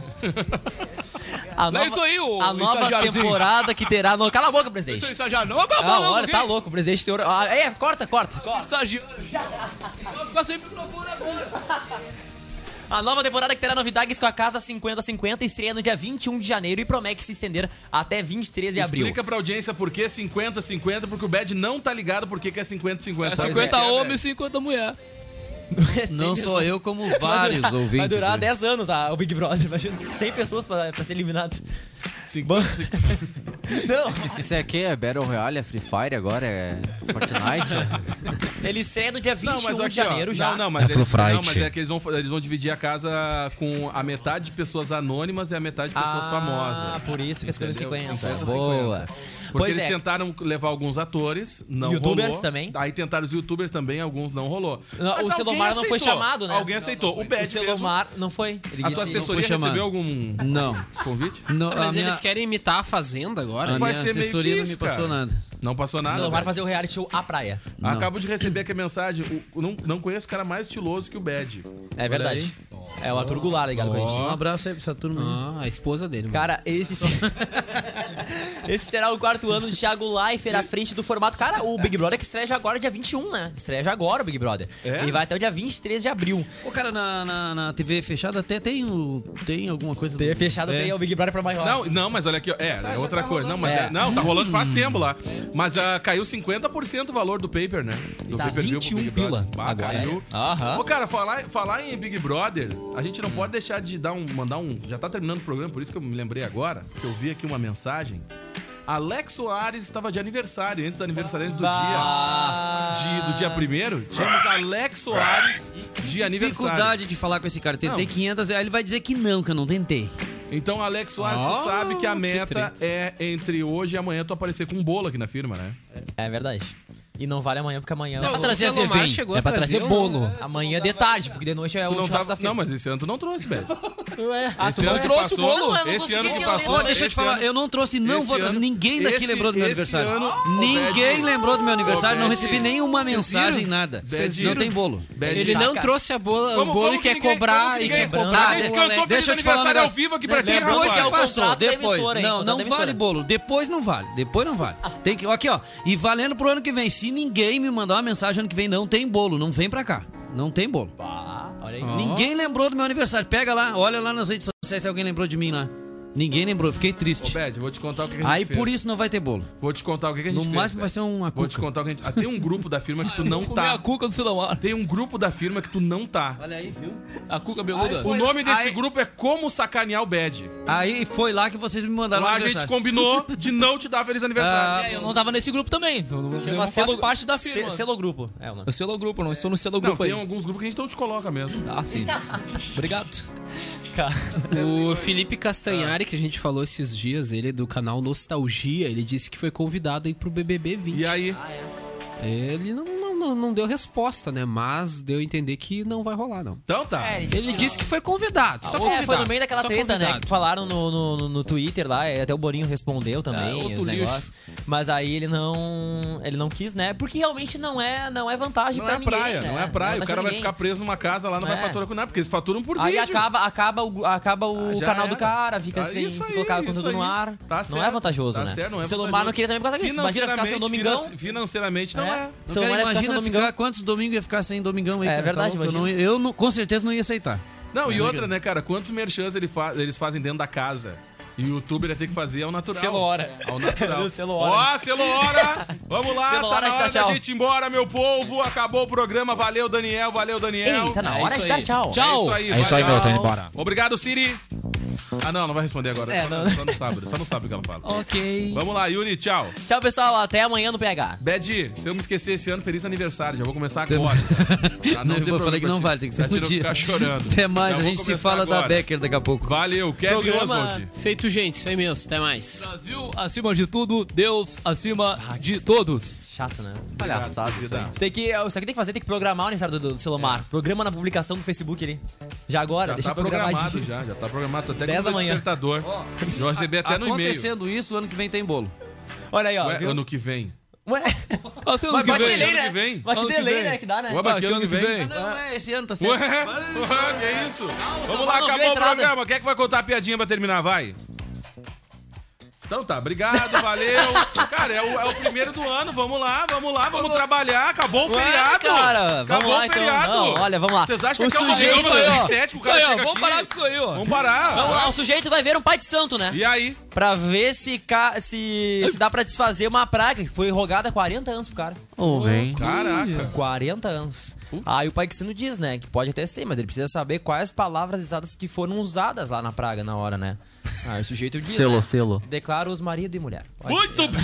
S8: a
S15: Não é isso aí, ô
S8: a nova
S15: estagiáriozinho.
S8: temporada que terá. No... Cala a boca, presidente.
S15: Isso aí, estagiário. Não, acabou,
S8: Ah,
S15: não,
S8: olha,
S15: ok?
S8: tá louco, presidente. Senhor... Ah, é, corta, corta. corta.
S5: Tá
S15: Estagiário. Vai ficar sem microfone agora.
S8: A nova temporada que terá novidades com a Casa 5050 estreia no dia 21 de janeiro e promete se estender até 23 de abril.
S5: Explica pra audiência por que 50-50, porque o Bad não tá ligado por que que é 50-50.
S7: É
S5: sabe?
S7: 50 homem e 50 mulher.
S9: Não só eu, como vários
S8: É vai durar,
S9: ouvintes.
S8: Vai durar
S9: né?
S8: 10 anos ah, o Big Brother, imagina. 100 pessoas pra, pra ser eliminado. um Não.
S16: Isso aqui é Battle Royale, é Free Fire agora, é Fortnite.
S8: Ele estreia no dia 21
S5: Não, mas
S8: de
S5: aqui, ó,
S8: janeiro já.
S5: Não, não, mas,
S16: É
S5: eles,
S16: Flu Fright.
S5: não, mas é que eles vão, eles vão dividir a casa com a metade de pessoas anônimas e a metade de pessoas
S8: Ah,
S5: famosas.
S8: por isso que as coisas
S5: Entendeu?
S8: 50.
S5: 50,
S8: Boa.
S5: 50. Porque
S8: Pois
S5: eles
S8: é.
S5: tentaram levar alguns atores, não
S8: Youtubers
S5: rolou.
S8: também.
S5: Aí tentaram os youtubers também, alguns não rolou.
S8: Não,
S5: Mas
S8: o
S5: alguém
S8: Selomar não foi
S5: aceitou.
S8: chamado, né?
S5: Alguém
S8: Não,
S5: aceitou. o
S8: o
S5: Bad mesmo.
S8: Selomar não foi. Ele
S5: A tua
S8: disse assim, não
S5: assessoria
S8: foi
S5: recebeu
S8: chamado.
S5: algum
S9: Não.
S5: convite?
S9: Não, a
S6: Ah, Mas
S9: minha-
S6: eles querem imitar a Fazenda agora?
S9: A
S5: Vai
S9: minha
S5: ser meio que
S9: assessoria não
S5: isso,
S9: me passou
S5: cara.
S9: nada.
S5: Ah, Não passou nada.
S8: Selomar
S5: velho.
S8: fazer o reality show à praia.
S9: Não.
S5: Acabo de receber aqui a mensagem. o- o- não, não conheço cara mais estiloso que o Bad.
S8: É verdade. É o Arthur Goulart ligado com a gente.
S9: Um abraço aí pra essa turma.
S6: Ah, a esposa dele.
S8: Cara, esse... esse será o quarto ano de Thiago Leifert à frente do formato. Cara, o Big Brother que estreia já agora dia 21, né? Estreia já agora o Big Brother.
S9: É?
S8: E vai até o dia 23 de abril.
S9: Ô, cara, na, na, na TV fechada até tem, o, tem alguma coisa... É. TV
S8: fechada tem o Big Brother pra maior.
S5: Não, não, mas olha aqui, ó. é, é outra coisa. Não, mas
S8: É.
S5: é- não, tá rolando faz tempo lá. Mas ah, caiu 50% o valor do paper, né? Do
S8: Tá,
S5: pay-per-view pro
S8: 21
S5: Big Brother.
S8: pila
S5: Ah,
S8: agora.
S5: caiu.
S8: É. Aham.
S5: Ô, cara, falar, falar em Big Brother, a gente não pode deixar de dar um, mandar um. Já tá terminando o programa, por isso que eu me lembrei agora, que eu vi aqui uma mensagem. Alex Soares estava de aniversário, entre os aniversariantes do
S8: Ah.
S5: dia de- do dia primeiro, tínhamos Alex Soares de aniversário.
S9: Dificuldade de falar com esse cara. Tentei
S5: Não.
S9: 500, aí ele vai dizer que não, que eu não tentei.
S5: Então, Alex Soares,
S9: Ah,
S5: tu sabe que a
S9: que
S5: meta é entre hoje e amanhã tu aparecer com um bolo aqui na firma, né?
S8: É verdade. E não vale amanhã, porque amanhã...
S6: Não, É pra trazer o Selomar Zevém, chegou é a pra trazer trazer um- bolo.
S8: Amanhã de tarde, porque de noite é
S5: Tu
S8: o
S5: não,
S8: churrasco
S5: tá-
S8: da
S5: não,
S8: firma.
S5: mas esse ano tu não trouxe, Bad.
S8: Ué,
S9: Ah,
S5: Esse ano que passou- Esse ano que passou.
S9: Ó, um deixa eu te
S5: esse
S9: falar,
S5: ano-
S9: eu não trouxe, não
S5: esse
S9: vou trazer.
S5: ano-
S9: Ninguém daqui
S5: esse-
S9: lembrou do meu
S5: esse
S9: aniversário.
S5: ano, o
S9: ninguém
S5: Bad-
S9: lembrou do meu aniversário, não
S5: Bad-
S9: recebi nenhuma
S5: Vocês
S9: mensagem,
S5: viram?
S9: nada.
S5: Vocês
S9: Não
S5: viram?
S9: tem bolo.
S5: Bad- tá
S6: Ele não trouxe a bola, o bolo e quer
S5: ninguém- como
S6: cobrar
S5: que
S6: e
S5: ninguém
S6: quer
S5: cobrou?
S6: cobrar.
S5: Gente,
S6: do
S5: cantou
S6: Alex.
S5: feliz aniversário ao vivo aqui pra ti,
S9: Depois
S5: rapaz.
S9: que passou,
S5: Contrato da
S9: depois.
S5: emissora, hein?
S9: Não,
S5: Contrato da
S9: não vale
S5: emissora.
S9: bolo. Depois não vale. Depois não vale. Tem que, ó, aqui, ó. E valendo pro ano que vem. Se ninguém me mandar uma mensagem ano que vem, não tem bolo. Não vem pra cá. Não tem bolo.
S8: Olha aí.
S9: Ninguém lembrou do meu aniversário. Pega lá, olha lá nas redes sociais se alguém lembrou de mim lá. Ninguém lembrou, fiquei triste.
S5: Ô, Bad, vou te contar o que que a gente
S9: Aí por
S5: fez.
S9: isso não vai ter bolo.
S5: Vou te contar o que, que a
S9: No
S5: gente fez.
S9: máximo vai ser uma
S5: Vou te
S9: cuca.
S5: contar o que a gente... Ah, tem um grupo da firma que tu não
S7: comer
S5: tá.
S7: a cuca do Silomar.
S5: Tem um grupo da firma que tu não tá.
S9: Olha aí, viu?
S7: A cuca beluda.
S5: O nome desse
S9: Aí-
S5: grupo é Como Sacanear o Bad.
S9: Aí foi lá que vocês me mandaram
S5: Lá
S9: o
S5: a gente
S9: Tá aniversário.
S5: combinou de não te dar feliz aniversário.
S9: Ah, É, eu
S7: não tava nesse grupo também. Eu não, eu não faço parte da firma.
S8: Selo grupo. É, o nome.
S7: Eu selo grupo, não. Eu estou no selo
S5: Não,
S7: grupo aí.
S5: tem um alguns grupos que a gente não te coloca mesmo.
S7: Ah, sim. Obrigado.
S6: O Felipe
S8: tá.
S6: Castanhari, que a gente falou esses dias, ele é do canal Nostalgia, ele disse que foi convidado aí pro BBB 20. E
S5: aí?
S6: Ele não, não- não- não deu resposta, né? Mas deu a entender que não vai rolar, não.
S5: Então tá.
S8: É,
S6: ele disse, que foi convidado. Só
S8: Ah,
S6: convidado.
S8: é, foi no meio daquela
S6: só
S8: treta, né?
S6: convidado.
S8: Que falaram no, no, no- no Twitter lá, e até o Borinho respondeu
S5: É,
S6: Ah,
S8: também
S6: outro
S8: os
S6: lixo.
S8: negócios. Mas aí ele não. Ele não quis, né? Porque realmente não é, não é vantagem
S5: Não
S8: pra
S5: é
S8: ninguém.
S5: praia,
S8: né?
S5: não é praia. O
S8: vantagem
S5: cara
S8: pra
S5: vai
S8: ninguém.
S5: ficar preso numa casa lá, não
S8: É.
S5: vai faturar com nada, porque eles faturam por
S8: Aí
S5: vídeo. Ah,
S8: acaba, acaba o, acaba o
S5: já
S8: canal do
S5: era.
S8: cara, fica
S5: Ah,
S8: sem
S5: isso
S8: se
S5: aí,
S8: colocar o
S5: isso
S8: conteúdo no
S5: aí.
S8: ar.
S5: Tá
S8: não
S5: certo,
S8: é vantajoso,
S5: tá
S8: né?
S5: Certo, não é
S8: o celular
S5: vantajoso.
S8: não queria também por causa disso. Imagina ficar sem o Domingão.
S5: Financeiramente, Financeiramente não
S9: Então,
S5: é.
S9: cara,
S8: Silomar ia ficar
S9: imagina ficar
S8: sem o Domingão.
S9: quantos domingos ia ficar sem Domingão aí,
S8: É
S9: cara, tá
S8: verdade,
S5: então,
S9: louco? eu, não,
S8: imagina.
S9: eu não- com certeza não ia aceitar.
S5: Não, e outra, né, cara? Quantos merchans ele fa- eles fazem dentro da casa? E o youtuber ia ter que fazer ao natural.
S8: Selo hora.
S5: Ao natural.
S8: Do selo hora.
S5: Ó, selo hora. Vamos lá,
S8: Selo
S5: tá
S8: hora
S5: na
S8: de
S5: hora
S8: dar
S5: da
S8: tchau.
S5: gente ir embora, meu povo. Acabou o programa. Valeu, Daniel. Valeu, Daniel.
S8: Ei, tá na É hora isso de dar aí. tchau.
S5: É
S8: Tchau.
S5: isso aí,
S13: É isso aí,
S5: valeu.
S13: meu, tô indo embora.
S5: Obrigado, Siri. Ah, não, não vai responder agora.
S8: É,
S5: só,
S8: não.
S5: só no sábado. Só no sábado que ela fala.
S8: Ok.
S5: Vamos lá, Yuri, tchau.
S8: Tchau, pessoal. Até amanhã no PH.
S5: Bad, se eu me esquecer esse ano, feliz aniversário. Já vou começar agora. Já
S9: Não, eu
S5: tem
S9: falei
S5: problema
S9: que não
S5: pra ti.
S9: vale, tem que ser
S5: Pra ti
S9: no
S5: não
S9: dia.
S5: ficar chorando.
S9: Até mais,
S5: Já
S9: a
S5: vou
S9: gente se
S5: começar
S9: fala da
S5: agora.
S9: Becker daqui a pouco.
S5: Valeu, Kevin
S7: Programa-
S5: Oswald. tá
S6: Feito, gente. Isso aí mesmo. Até mais.
S7: Brasil acima de tudo, Deus acima de todos.
S8: Chato, né?
S7: Palhaçada
S8: Obrigado,
S7: isso aí.
S8: Tem que, isso aqui tem que fazer, tem que programar o aniversário do, do Selomar. Programa na publicação do Facebook ali. Já agora,
S5: É. Já
S8: deixa
S5: tá
S8: programadinho.
S5: programado já, já tá programado. Tô até
S8: 10
S5: com
S8: da
S5: o meu
S8: manhã.
S5: despertador. eu recebi até no e-mail.
S9: Acontecendo isso, ano que vem tem bolo.
S8: Olha aí, ó.
S5: Ué,
S8: viu?
S5: ano que vem.
S8: Ué.
S7: Mas que
S8: Mas bate
S5: vem,
S8: delay,
S5: ano
S8: né?
S5: que vem.
S8: Mas que
S5: Ano que
S8: delay,
S5: vem.
S8: né? Que
S9: É.
S8: dá, né?
S5: Ué, mas que ano que vem?
S9: Não, é, esse ano tá
S5: Ué,
S9: certo.
S5: ué, que é isso? Vamos
S9: São Paulo não
S5: lá,
S9: viu a
S5: acabou o
S9: entrada.
S5: programa. Quem é que vai contar a piadinha pra terminar? Vai. Então tá, obrigado, valeu. Cara, é o, é o primeiro do ano, vamos lá, vamos lá, vamos trabalhar. Acabou o
S8: Ué,
S5: feriado.
S8: cara, vamos
S5: Acabou
S8: lá,
S5: o
S8: então.
S5: feriado.
S8: Não, olha, vamos lá.
S5: Vocês acham
S8: O
S5: que aqui é
S8: sujeito
S5: um programa
S8: aí, ó.
S5: 2007 que o cara
S8: Isso aí, ó,
S5: chega
S8: vamos
S5: aqui?
S8: parar com isso aí, ó.
S5: Vamos parar.
S8: Vamos lá, o sujeito vai ver um pai de santo, né?
S5: E aí?
S8: Pra ver se, ca- se, se dá pra desfazer uma praga que foi rogada há 40 anos pro cara.
S16: Ô, bem.
S5: Caraca.
S8: 40 anos. Aí o pai que sino diz, né? Que pode até ser, mas ele precisa saber quais palavras exatas que foram usadas lá na praga na hora, né? Aí o sujeito diz.
S16: Selo,
S8: né?
S16: selo.
S8: Declara os marido e mulher. Olha.
S5: Muito bem!